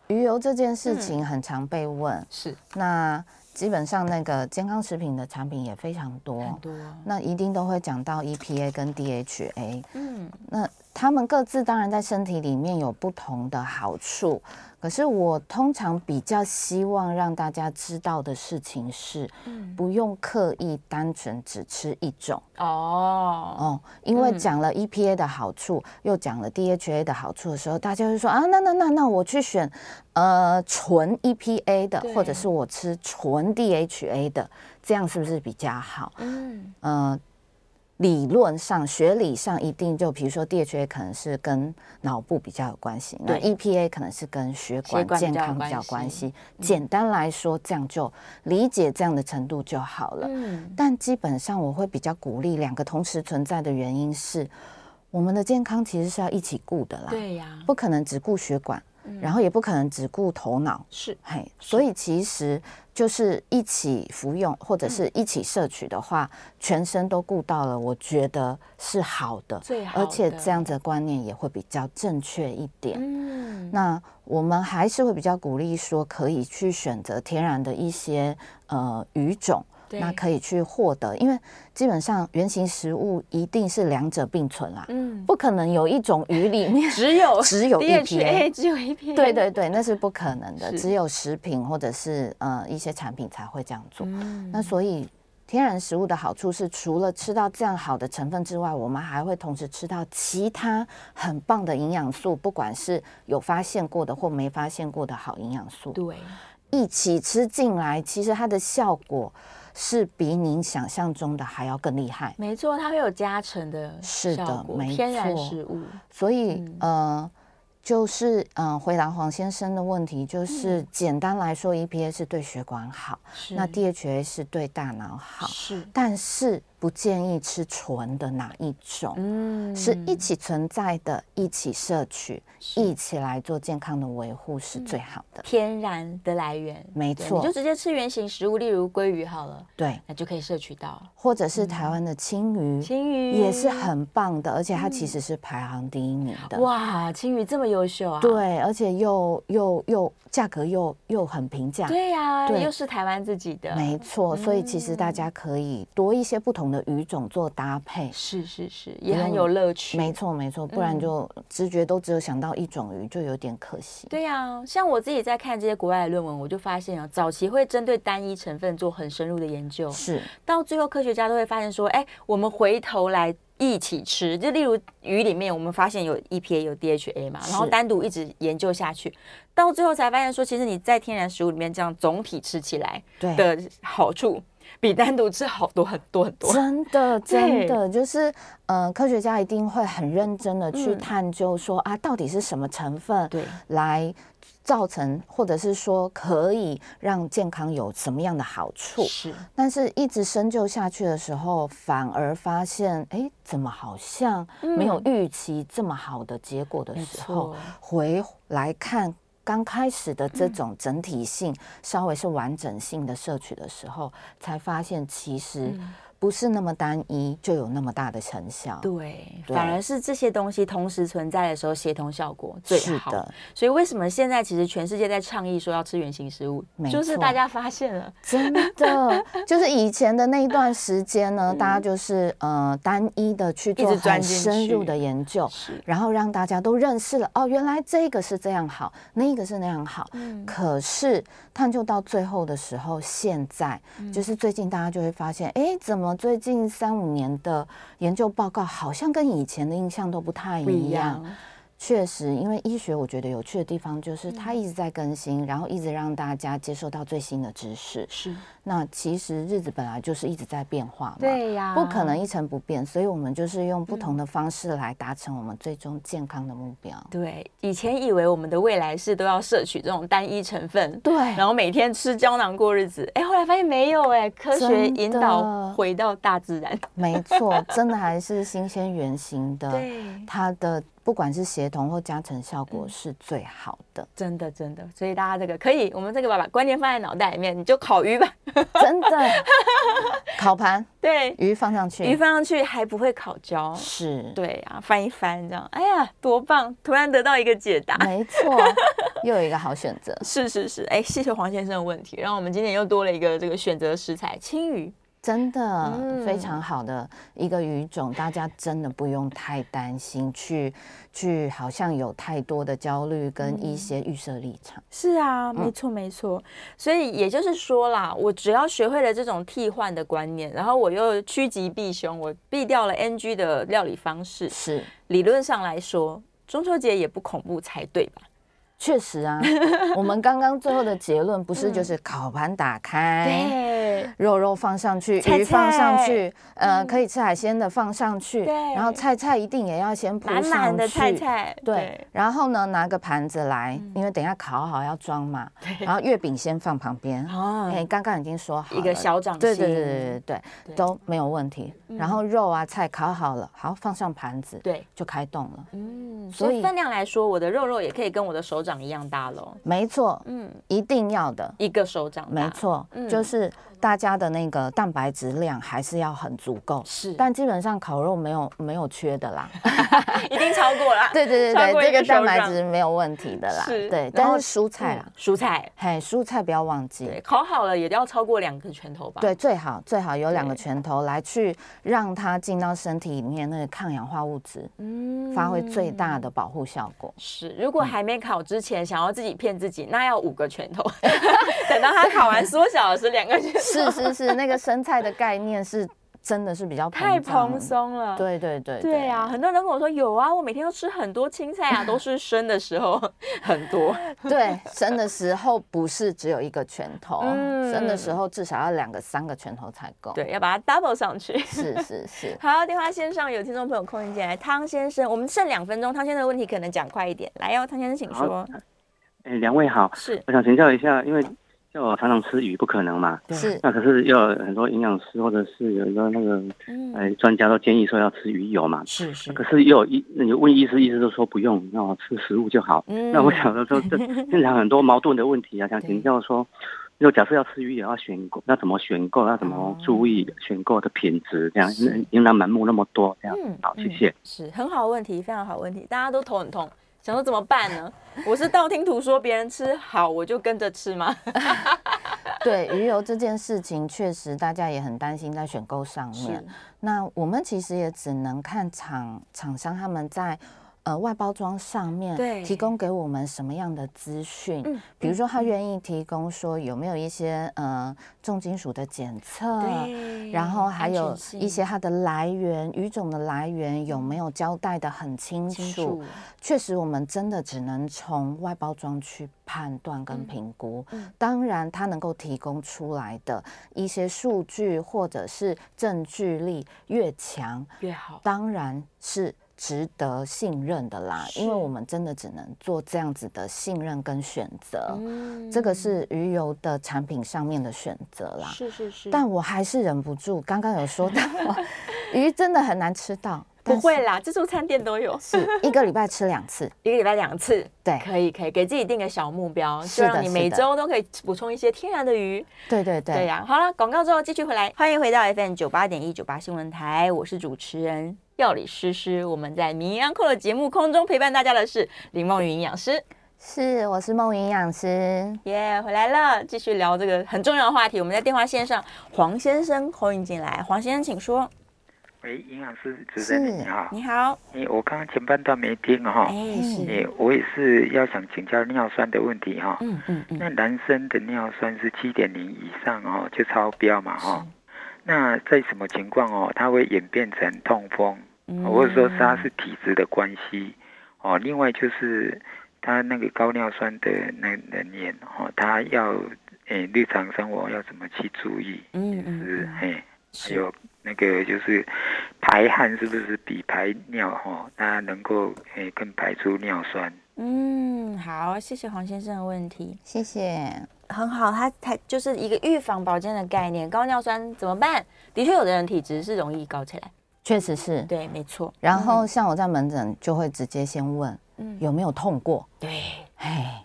S3: 鱼油这件事情很常被问，
S2: 嗯是
S3: 那基本上那个健康食品的产品也非常多，
S2: 多，
S3: 那一定都会讲到 EPA 跟 DHA，
S2: 嗯，
S3: 那它们各自当然在身体里面有不同的好处，可是我通常比较希望让大家知道的事情是，
S2: 嗯
S3: 不用刻意单纯只吃一种。
S2: 哦，
S3: 哦，因为
S2: 嗯
S3: 讲了 EPA 的好处，又讲了 DHA 的好处的时候，大家会说啊，那那那那我去选呃纯 EPA 的，或者
S2: 对
S3: 是我吃纯 DHA 的，这样是不是比较好？
S2: 嗯，
S3: 呃，理论上、学理上一定就，比如说 DHA 可能是跟脑部比较有关系，那
S2: 对
S3: EPA 可能是跟血
S2: 血
S3: 管
S2: 管比
S3: 健
S2: 较有
S3: 康比较有
S2: 关
S3: 关
S2: 系嗯
S3: 系。简单来说，这样就理解这样的程度就好了。
S2: 嗯，
S3: 但基本上我会比较鼓励两个同时存在的原因是，我们的健康其实是要一起顾的啦，
S2: 对呀，嗯
S3: 不可能只顾血管，然后也不可能只顾头脑，
S2: 是，
S3: 嘿，所以其实就是一起服用或者
S2: 嗯
S3: 是一起摄取的话，全身都顾到了，我觉得是好的，
S2: 最好
S3: 而且
S2: 的
S3: 这样子的观念也会比较正确一点。
S2: 嗯，
S3: 那我们还是会比较鼓励说，可以去选择天然的一些呃鱼种，
S2: 对
S3: 那可以去获得，因为基本上原型食物一定是两者并存啦，
S2: 嗯，
S3: 不可能有一种鱼里面
S2: 只有
S3: 只有
S2: DHA，
S3: EPA
S2: 只有 EPA，
S3: 对对对，那是不可能的，
S2: 是
S3: 只有食品或者是呃一些产品才会这样做。
S2: 嗯，
S3: 那所以天然食物的好处是，除了吃到这样好的成分之外，我们还会同时吃到其他很棒的营养素，不管是有发现过的或没发现过的好营养素，
S2: 对，
S3: 一起吃进来，其实它的效果是比您想象中的还要更厉害。
S2: 没错，它会有加成的
S3: 是的
S2: 效果
S3: 没
S2: 天然
S3: 错
S2: 食物，
S3: 所以、
S2: 嗯
S3: 呃，就是嗯、呃，回答黄先生的问题，就是、简单来说，EPA 是对血管好，
S2: 嗯是
S3: 那 DHA 是对大脑好。
S2: 是，
S3: 但是不建议吃纯的哪一种，
S2: 嗯
S3: 是一起存在的，一起摄取，一起来做健康的维护是最好的。
S2: 天然的来源，
S3: 没
S2: 对
S3: 错
S2: 你就直接吃原型食物，例如鲑鱼好了，
S3: 对，
S2: 那就可以摄取到
S3: 或者是台湾的青鱼，
S2: 嗯青鱼，嗯
S3: 也是很棒的，而且它其实是排行第一名的。
S2: 哇，青鱼这么优秀啊！
S3: 对，而且又又又价格又又很平价。
S2: 对呀、啊
S3: 对
S2: 又是台湾自己的，嗯
S3: 没错，所以其实大家可以多一些不同同的鱼种做搭配。
S2: 是嗯是是，也很有乐趣。
S3: 没错没错，不然就直觉都只有想到一种鱼，就有点可惜。
S2: 对呀、像我自己在看这些国外的论文，我就发现啊，早期会针对单一成分做很深入的研究，
S3: 是
S2: 到最后科学家都会发现说，哎，我们回头来一起吃，就例如鱼里面，我们发现有 EPA 有 DHA 嘛，
S3: 是
S2: 然后单独一直研究下去，到最后才发现说，其实你在天然食物里面这样总体吃起来
S3: 对
S2: 的好处，比单独吃好多很多很多。
S3: 真的，真
S2: 对
S3: 的就是，呃，科学家一定会很认真的去
S2: 嗯
S3: 探究说、啊，到底是什么成分
S2: 对
S3: 来造成，或者是说可以让健康有什么样的好处。
S2: 是
S3: 但是，一直深究下去的时候，反而发现，哎，怎么好像没有预期这么好的结果的
S2: 嗯没
S3: 时候，
S2: 错嗯
S3: 回来看刚开始的这种整体性、稍微是完整性的摄取的时候，才发现其实不是那么单一就有那么大的成效。
S2: 嗯对，
S3: 对
S2: 反而是这些东西同时存在的时候，协同效果最
S3: 是
S2: 好。
S3: 的，
S2: 所以为什么现在其实全世界在倡议说要吃原形食物
S3: 没，
S2: 就是
S3: 错
S2: 大家发现了，
S3: 真的就是以前的那一段时间 呢，大家就是呃单一的去做
S2: 嗯一直钻
S3: 很
S2: 进
S3: 深入
S2: 去
S3: 的研究，然后让大家都认识了哦，原来这个是这样好，那个是那样好。
S2: 嗯
S3: 可是探究到最后的时候，现在、
S2: 嗯
S3: 就是最近大家就会发现，哎，怎么最近三五年的研究报告好像跟以前的印象都不太
S2: 不一
S3: 一样
S2: 样。。
S3: 确实，因为医学我觉得有趣的地方就是它
S2: 嗯
S3: 一直在更新，然后一直让大家接受到最新的知识。
S2: 是，
S3: 那其实日子本来就是一直在变化嘛，
S2: 对呀嗯
S3: 不可能一成不变，所以我们就是用不同的方式来达成我们最终健康的目标。
S2: 对，以前以为我们的未来是都要摄取这种单一成分，
S3: 对，
S2: 然后每天吃胶囊过日子，哎，后来发现没有，哎，科学
S3: 真的
S2: 引导回到大自然，
S3: 没错，真的还是新鲜原型的
S2: 对，嗯
S3: 它的不管是协同或加成效果是最好的，
S2: 真的真的，所以大家这个可以，我们这个把把观念放在脑袋里面，你就烤鱼吧，
S3: 真的。 烤盘
S2: 对，
S3: 鱼放上去，
S2: 鱼放上去还不会烤焦，
S3: 是，
S2: 对啊，翻一翻这样，哎呀，多棒！突然得到一个解答。
S3: 没 错，又有一个好选择，
S2: 是是是，哎，谢谢黄先生的问题，然后我们今天又多了一个这个选择食材青鱼，
S3: 真的、
S2: 嗯
S3: 非常好的一个语种，大家真的不用太担心去去好像有太多的焦虑跟
S2: 嗯
S3: 一些预设立场。
S2: 是啊，
S3: 嗯
S2: 没错没错，所以也就是说啦，我只要学会了这种替换的观念，然后我又趋吉避凶，我避掉了 NG 的料理方式，
S3: 是，
S2: 理论上来说，中秋节也不恐怖才对吧？
S3: 确实啊，我们刚刚最后的结论不是就是烤盘打开。
S2: 嗯对，
S3: 肉肉放上去，
S2: 菜
S3: 鱼放上
S2: 菜嗯
S3: 去，呃，可以吃海鲜的放上去，
S2: 对
S3: 然后菜菜一定也要先铺上
S2: 满
S3: 去，
S2: 满的菜嗯菜，
S3: 对，然后呢，拿个盘子来，因为等一下烤好要装嘛。然后月饼先放旁 边。
S2: 啊
S3: 哎，刚刚已经说好了
S2: 一个小掌心，
S3: 对对对对对
S2: 对嗯
S3: 对，都没有问题。然后肉啊菜烤好了，好放上盘子，
S2: 对，
S3: 就开动了。
S2: 嗯，
S3: 所
S2: 所以
S3: 以
S2: 分量来说，我的肉肉也可以跟我的手掌一样大喽。
S3: 没错，
S2: 嗯，
S3: 一定要的。
S2: 一个手掌大
S3: 没，错
S2: 嗯，
S3: 就是大家的那个蛋白质量还是要很足够，
S2: 是
S3: 但基本上烤肉没有没有缺 的啦。
S2: 一定啊超过啦。
S3: 对对
S2: 超
S3: 对
S2: 过
S3: 对，
S2: 一个
S3: 这个蛋
S2: 手
S3: 白
S2: 掌
S3: 质没有问题的啦。
S2: 是
S3: 对，
S2: 然后
S3: 但是蔬菜啦
S2: 嗯，蔬菜，
S3: 嘿，蔬菜不要忘记。
S2: 对，烤好了也要超过两个拳头吧？
S3: 对，最好最好有两个
S2: 对
S3: 拳头来去让它进到身体里面，那个抗氧化物质
S2: 嗯
S3: 发挥最大的保护效果。
S2: 是，如果还没烤之前想要自己骗自己，那要五个 拳头，等到它烤完缩小的是两个拳头，
S3: 是是是，那个生菜的概念是真的是比较
S2: 太
S3: 胀
S2: 蓬。松了。。
S3: 对对对
S2: 对啊，，很多人都跟我说有啊，我每天都吃很多青菜啊，都是生的时候 很多。
S3: 对，生的时候不是只有一个拳头，
S2: 嗯
S3: 生的时候至少要两个三个拳头才够。，
S2: 对，要把它 double 上去。
S3: 是是是，
S2: 好，电话线上有听众朋友空进进来，汤先生，我们剩两分钟，汤先生的问题可能讲快一点，来哦，汤先生请说。
S5: 哎，两位好，
S2: 是，
S5: 我想请教一下，因为叫我常常吃鱼不可能嘛，
S3: 是
S2: 啊
S5: 那可是要很多营养师或者是有一个那个
S2: 嗯，
S5: 呃专家都建议说要吃鱼油嘛，
S3: 是是
S5: 可是也有医那你问医师，医师都说不用，让我吃食物就好。
S2: 嗯
S5: 那我想着说，这 现场很多矛盾的问题啊，想请教说，如果假设要吃鱼也要选购，那怎么选购？要怎么
S2: 哦
S5: 注意选购的品质？这样，因为琳琅满目那么多，这样
S2: 嗯
S5: 好，谢谢。
S2: 是很好的问题，非常好的问题，大家都头很痛，想 说怎么办呢？我是道听途说别人吃好，我就跟着吃吗？
S3: 对鱼油这件事情，确实大家也很担心在选购上面。那我们其实也只能看厂厂商他们在。呃，外包装上
S2: 对
S3: 面提供给我们什么样的资讯？
S2: 嗯
S3: 比如说，他愿意提供说有没有一些呃重金属的检测，
S2: 对
S3: 然后还有
S2: 安全性
S3: 一些它的来源、语种的来源有没有交代的很清楚？
S2: 清楚
S3: 确实，我们真的只能从外包装去判断跟
S2: 嗯
S3: 评估。当然，它能够提供出来的一些数据或者是证据力越强，
S2: 越好。
S3: 当然是值得信任的啦，因为我们真的只能做这样子的信任跟选择。
S2: 嗯
S3: 这个是鱼油的产品上面的选择啦。
S2: 是是是，
S3: 但我还是忍不住，刚刚有 说到，鱼真的很难吃到，
S2: 不会啦，自助餐店都有，
S3: 但是，是一个礼拜吃两次。
S2: 一个礼拜两次。
S3: 对
S2: 可以可以，给自己定个小目标，
S3: 是
S2: 就
S3: 的
S2: 让你
S3: 是
S2: 每
S3: 的
S2: 周都可以补充一些天然的鱼。
S3: 对对对，
S2: 对啊呀、好了，广告之后继续回来，欢迎回到 FM 九八点一九八新闻台，我是主持人药理诗诗。我们在名安扣的节目空中陪伴大家的是林梦云营养师，
S3: 是我是梦营养师，
S2: 耶、回来了，继续聊这个很重要的话题。我们在电话线上，黄先生欢迎进来，黄先生请说。
S6: 喂，营养师主持人
S3: 是
S6: 你好，
S2: 你好，
S6: 你我刚刚前半段没听哦哈
S2: 哎、，是，
S6: 你我也是要想请教尿酸的问题哈。
S2: 嗯嗯嗯，
S6: 那男生的尿酸是七点零以上哦，就超标嘛哈。那在什么情况哦，它会演变成痛风，
S2: 嗯
S6: 或者说是它是体质的关系哦。另外就是他那个高尿酸的那能源哦，他要诶日常生活要怎么去注意？
S2: 嗯嗯
S6: 是
S2: 嗯
S6: 嘿，还
S2: 是
S6: 有那个就是排汗是不是比排尿哈，它能够诶更排出尿酸？
S2: 嗯，好，谢谢黄先生的问题，
S3: 谢谢。
S2: 很好，它它就是一个预防保健的概念。高尿酸怎么办？的确，有的人体质是容易高起来，
S3: 确实是。
S2: 对，嗯没错，
S3: 然后像我在门诊就会直接先问，
S2: 嗯
S3: 有没有痛过？
S2: 对。
S3: 哎，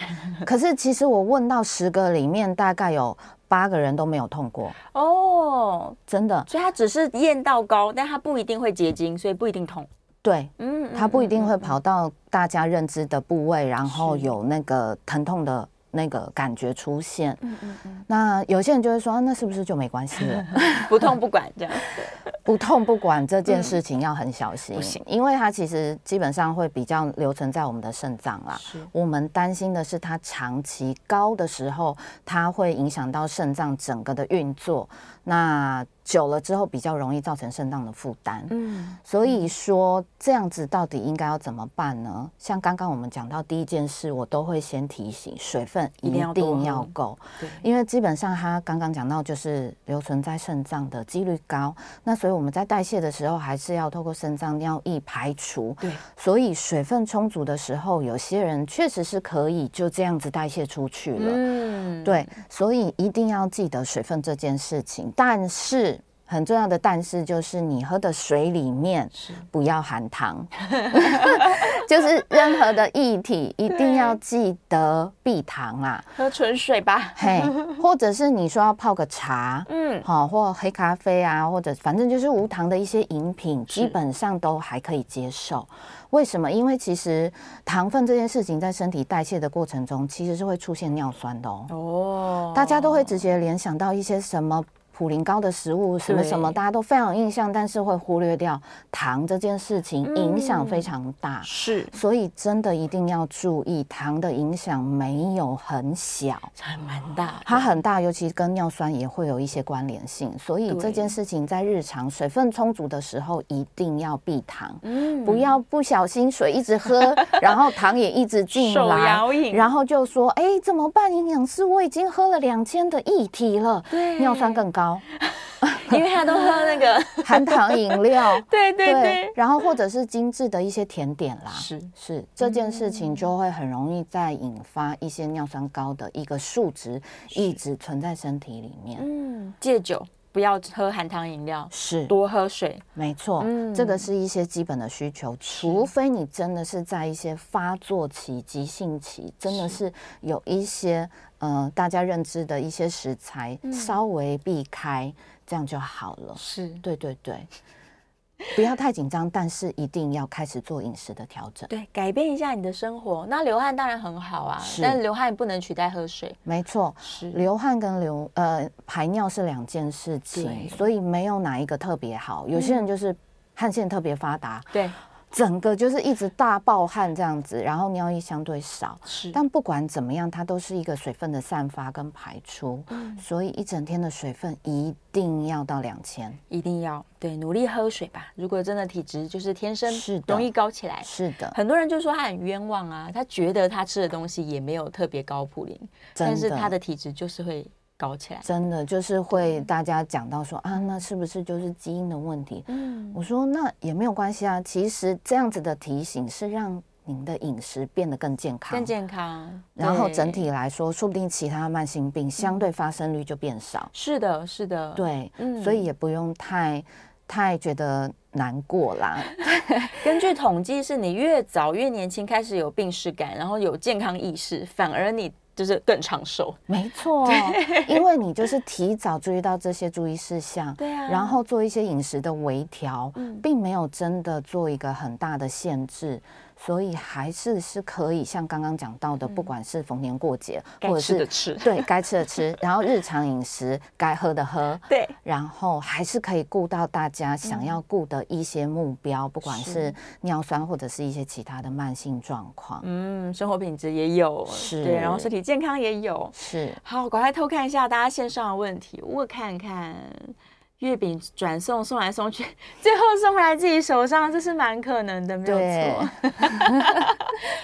S3: 可是其实我问到十个里面，大概有八个人都没有痛过，
S2: 哦，
S3: 真的。
S2: 所以它只是验到高，但它不一定会结晶，所以不一定痛。
S3: 对，
S2: 嗯
S3: 它不一定会跑到大家认知的部位，然后有那个疼痛的那个感觉出现。
S2: 嗯嗯嗯，
S3: 那有些人就会说，啊那是不是就没关 系了？
S2: 不痛不管这样。
S3: 不痛不管这件事情要很小心，
S2: 嗯不行
S3: 因为它其实基本上会比较留存在我们的肾脏啦。
S2: 是
S3: 我们担心的是它长期高的时候，它会影响到肾脏整个的运作，那久了之后比较容易造成肾脏的负担。
S2: 嗯，
S3: 所以说，这样子到底应该要怎么办呢？像刚刚我们讲到第一件事，我都会先提醒水分
S2: 一
S3: 一
S2: 定要多喝嗯
S3: 定要够，
S2: 对，
S3: 因为基本上它刚刚讲到就是留存在肾脏的几率高，那所以我们在代谢的时候还是要透过肾脏尿液排除。
S2: 对，
S3: 所以水分充足的时候，有些人确实是可以就这样子代谢出去了。
S2: 嗯，
S3: 对，所以一定要记得水分这件事情。但是很重要的但是就是你喝的水里面不要含糖， 就是任何的液体一定要记得避糖啦。
S2: 喝纯水吧。
S3: 嘿，或者是你说要泡个茶。
S2: 嗯，
S3: 好、或黑咖啡啊，或者反正就是无糖的一些饮品，基本上都还可以接受。为什么？因为其实糖分这件事情在身体代谢的过程中，其实是会出现尿酸的哦。
S2: 哦，
S3: 大家都会直接联想到一些什么普林高的食物，什么什么，
S2: 对
S3: 大家都非常有印象，但是会忽略掉糖这件事情
S2: 嗯
S3: 影响非常大。
S2: 是
S3: 所以真的一定要注意，糖的影响没有很小，
S2: 还蛮大的，
S3: 它很大，尤其跟尿酸也会有一些关联性。所以
S2: 对
S3: 这件事情在日常水分充足的时候，一定要避糖。
S2: 嗯
S3: 不要不小心水一 直喝，然后糖也一直进
S2: 手
S3: 来
S2: 摇饮，
S3: 然后就说：“哎，怎么办？营养师，我已经喝了两千的液体了，
S2: 对
S3: 尿酸更高，
S2: 因为他都喝那个，
S3: 含糖饮料，
S2: 对 对对，
S3: 然后或者是精致的一些甜点啦，
S2: 是
S3: 是这件事情就会很容易再引发一些尿酸高的一个数值一直存在身体里面，
S2: 嗯，戒酒，不要喝含糖饮料，
S3: 是
S2: 多喝水。
S3: 没错，
S2: 嗯
S3: 这个是一些基本的需求，除非你真的是在一些发作期、急性期，真的是有一些呃大家认知的一些食
S2: 嗯
S3: 材稍微避开，这样就好了。
S2: 是
S3: 对对对，不要太紧张，但是一定要开始做饮食的调整。
S2: 对，改变一下你的生活。那流汗当然很好啊，
S3: 是
S2: 但流汗不能取代喝水。
S3: 没错，
S2: 是，
S3: 流汗跟流呃排尿是两件事
S2: 对嗯
S3: 情，所以没有哪一个特别好。有些人就是汗腺特别发达，
S2: 对，
S3: 整个就是一直大爆汗这样子，然后尿液相对少。
S2: 是
S3: 但不管怎么样，它都是一个水分的散发跟排出，
S2: 嗯
S3: 所以一整天的水分一定要到两千。
S2: 一定要对努力喝水吧。如果真的体质就是天生
S3: 是的
S2: 容易高起来，
S3: 是的，
S2: 哎很多人就说他很冤枉啊，他觉得他吃的东西也没有特别高普林，
S3: 真
S2: 但是
S3: 的
S2: 他的体质就是会高起来。
S3: 真的就是会大家讲到说啊，那是不是就是基因的问题？
S2: 嗯，
S3: 我说那也没有关系啊，其实这样子的提醒是让您的饮食变得更健康，
S2: 更健康，
S3: 然后
S2: 对嗯
S3: 整体来说，说不定其他慢性病相对发生率就变少。
S2: 是的，是的，，
S3: 对，
S2: 嗯
S3: 所以也不用太太觉得难过 啦。
S2: 根据统计，是你越早越年轻开始有病视感，然后有健康意识，反而你就是更长寿。
S3: 没错，因为你就是提早注意到这些注意事项，
S2: 对啊嗯
S3: 然后做一些饮食的微调，并没有真的做一个很大的限制，所以还是是可以像刚刚讲到的，不管是逢年过节，
S2: 嗯该
S3: 或者
S2: 吃的吃
S3: 是 对该吃的吃，然后日常饮食该喝的喝，
S2: 对，
S3: 然后还是可以顾到大家想要顾的一些目标，不管嗯是尿酸或者是一些其他的慢性状况，
S2: 嗯，生活品质也有，
S3: 是
S2: 对，然后身体健康也有。
S3: 是。
S2: 好，赶快偷看一下大家线上的问题，我看看。月饼转送送来送去， 最后送回来自己手上，这是蛮可能的，没有错。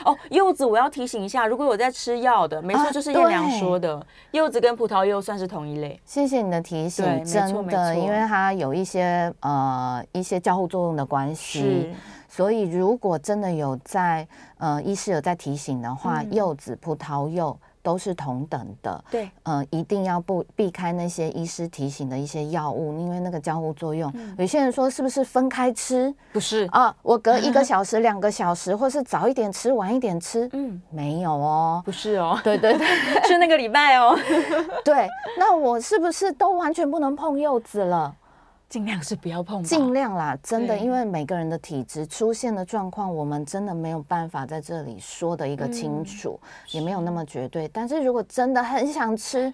S2: 哦，柚子我要提醒一下，如果有在吃药的，没错，
S3: 啊
S2: 就是燕良
S3: 对
S2: 说的，柚子跟葡萄柚算是同一类。
S3: 谢谢你的提
S2: 对没错
S3: 醒，真
S2: 没
S3: 的，
S2: 错
S3: 因为它有一些呃一些交互作用的关系，所以如果真的有在呃医师有在提醒的话，
S2: 嗯
S3: 柚子、葡萄柚都是同等的，
S2: 对，
S3: 呃，一定要不避开那些医师提醒的一些药物，因为那个交互作用，有些人说是不是分开吃
S2: 不是，
S3: 啊？我隔一个小时、两个小时，或是早一点吃、晚一点吃，
S2: 嗯，
S3: 没有哦。
S2: 不是 哦，
S3: 对对对
S2: 是那个礼拜哦，
S3: 对，那我是不是都完全不能碰柚子了？
S2: 尽量是不要碰吧。
S3: 尽量啦，真的，
S2: 对
S3: 因为每个人的体质出现的状况，我们真的没有办法在这里说的一个
S2: 嗯
S3: 清楚，也没有那么绝对。但是如果真的很想吃，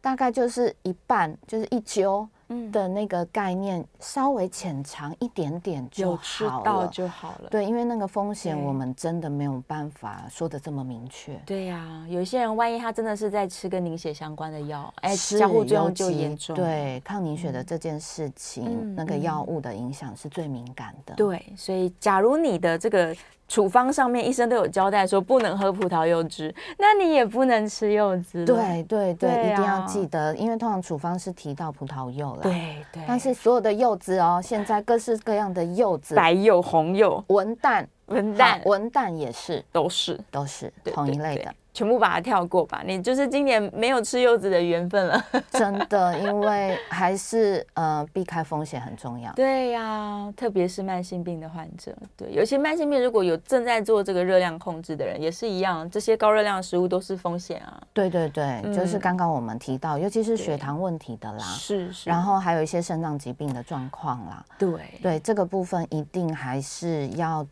S3: 大概就是一半，就是一揪
S2: 嗯
S3: 的那个概念，稍微浅尝一点点 就
S2: 有吃
S3: 好
S2: 到
S3: 了。
S2: 就好了。
S3: 对，因为那个风险，
S2: 对
S3: 我们真的没有办法说的这么明确。
S2: 对呀、有一些人万一他真的是在吃跟凝血相关的药，哎，
S3: 是
S2: 交互作
S3: 尤
S2: 用就
S3: 其
S2: 严重。
S3: 对抗凝血的这件事情，
S2: 嗯
S3: 那个
S2: 嗯
S3: 药物的影响是最敏感的。
S2: 对，所以假如你的这个处方上面医生都有交代说不能喝葡萄柚汁，那你也不能吃柚子了。
S3: 对对对，
S2: 对
S3: 一定
S2: 啊
S3: 要记得，因为通常处方是提到葡萄柚啦。，
S2: 对对，
S3: 但是所有的柚子哦，现在各式各样的柚子，
S2: 白柚、红柚、
S3: 文旦、
S2: 文旦
S3: 好文旦也是，
S2: 都是
S3: 都是
S2: 对
S3: 同
S2: 对
S3: 一类
S2: 对
S3: 的，
S2: 全部把它跳过吧。你就是今年没有吃柚子的缘分了。
S3: 真的，因为还是呃，避开风险很重要。
S2: 对呀、特别是慢性病的患者，对，有些慢性病如果有正在做这个热量控制的人，也是一样，这些高热量的食物都是风险啊。
S3: 对对对，就是
S2: 嗯
S3: 刚刚我们提到，尤其是血
S2: 对
S3: 糖问题的啦，
S2: 是是，
S3: 然后还有一些肾脏疾病的状况啦，
S2: 对
S3: 对这个部分一定还是要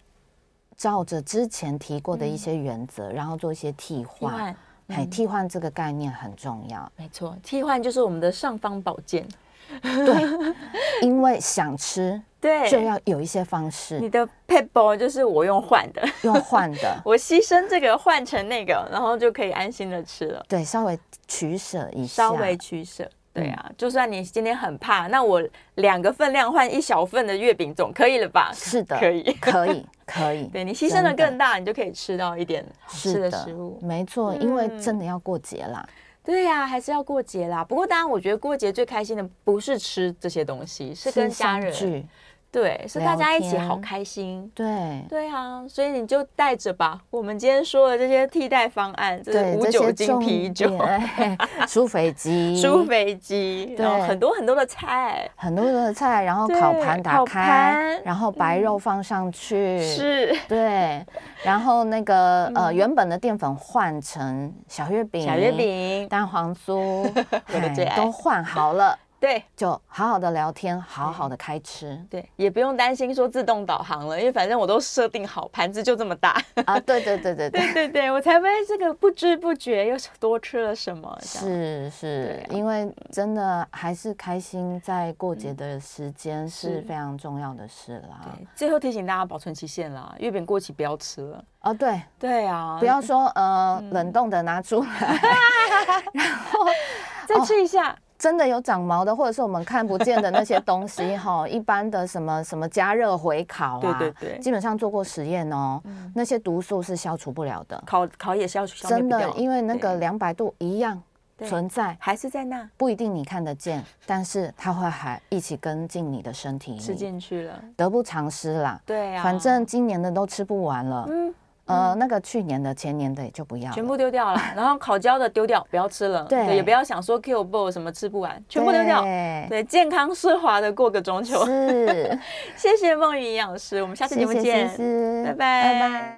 S3: 照着之前提过的一些原则，然后做一些
S2: 嗯
S3: 替
S2: 替
S3: 换。
S2: 换，
S3: 哎，
S2: 嗯
S3: 替换这个概念很重要，
S2: 没错，替换就是我们的尚方宝剑，
S3: 因为想吃
S2: 对，
S3: 就要有一些方
S2: 你
S3: 式，
S2: 的 p e b b l e 就是我用换的，，
S3: 用换的
S2: 我牺牲这个换成那个，然后就可以安心的吃了，
S3: 对，稍微取舍一下，
S2: 稍微取舍。对
S3: 嗯
S2: 啊，就算你今天很怕，那我两个分量换一小份的月饼总可以了吧？
S3: 是的，
S2: 可以
S3: 可 以，可以，
S2: 对你牺牲的
S3: 真的
S2: 更大，你就可以吃到一点好吃
S3: 是
S2: 的
S3: 的
S2: 食物，。嗯
S3: 没错，因为真的要过节啦，
S2: 对呀、还是要过节啦。不过当然，我觉得过节最开心的不是吃这些东西，是跟
S3: 吃
S2: 家
S3: 相
S2: 人，
S3: 聚，
S2: 对，是大家一起
S3: 聊天
S2: 好开心。
S3: 对。
S2: 对啊，所以你就带着吧。我们今天说的这些替代方案，这
S3: 对
S2: 是无
S3: 这
S2: 酒
S3: 些
S2: 精
S3: 重
S2: 啤酒、
S3: 点，哎 苏肥 鸡，
S2: 舒肥鸡，然后
S3: 对
S2: 很多很多的菜，
S3: 很多的菜，然后烤盘
S2: 对
S3: 打
S2: 烤
S3: 开
S2: 盘，嗯
S3: 然后白肉放上去，
S2: 是嗯
S3: 对，然后那个呃原本的淀粉换成小月饼，
S2: 小月饼。
S3: 蛋黄酥，
S2: 的
S3: 哎
S2: 最爱
S3: 都换好了，
S2: 对
S3: 就好好的聊天，好好的开吃
S2: 对，也不用担心说自动导航了，因为反正我都设定好，盘子就这么 大。
S3: 啊！对对对 对
S2: 对
S3: 对，
S2: 对对，我才不会这个不知不觉又多吃了什么。这样
S3: 是
S2: 对
S3: 是
S2: 啊，
S3: 因为真的还是开心，在过节的时间
S2: 是
S3: 是非常重要的事啦。
S2: 嗯对，最后提醒大家保存期限啦，月饼过期不要吃了。
S3: 啊，对，
S2: 对啊，
S3: 不要说
S2: 嗯
S3: 呃冷冻的拿出来，哦
S2: 再吃一下。
S3: 真的有长毛的，或者是我们看不见的那些 东西哈，一般的什么什么加热回烤啊，
S2: 对对对
S3: 基本上做过实验哦，那些毒素是消除不了的，
S2: 烤烤也是要消灭
S3: 真
S2: 不
S3: 的
S2: 掉，啊
S3: 因为那个
S2: 对
S3: 两百度一样
S2: 对
S3: 存在，
S2: 还是在那
S3: 不一定你看得见，但是它会还一起跟进你的身体
S2: 吃
S3: 里，
S2: 进去了。
S3: 得不偿失啦。
S2: 对啊，
S3: 反正今年的都吃不完了，
S2: 嗯，
S3: 呃，那个去年的、前年的也就不要了，
S2: 全部丢掉了，然后烤焦的丢掉，不要吃了。
S3: 对
S2: 也不要想说 Q bowl 什么吃不完，全部丢掉。
S3: 对
S2: 对，健康奢华的过个中秋。
S3: 是，
S2: 谢谢梦云营养师，我们下次节
S3: 谢
S2: 目
S3: 谢
S2: 见，
S3: 思思
S2: 拜拜
S3: 拜拜。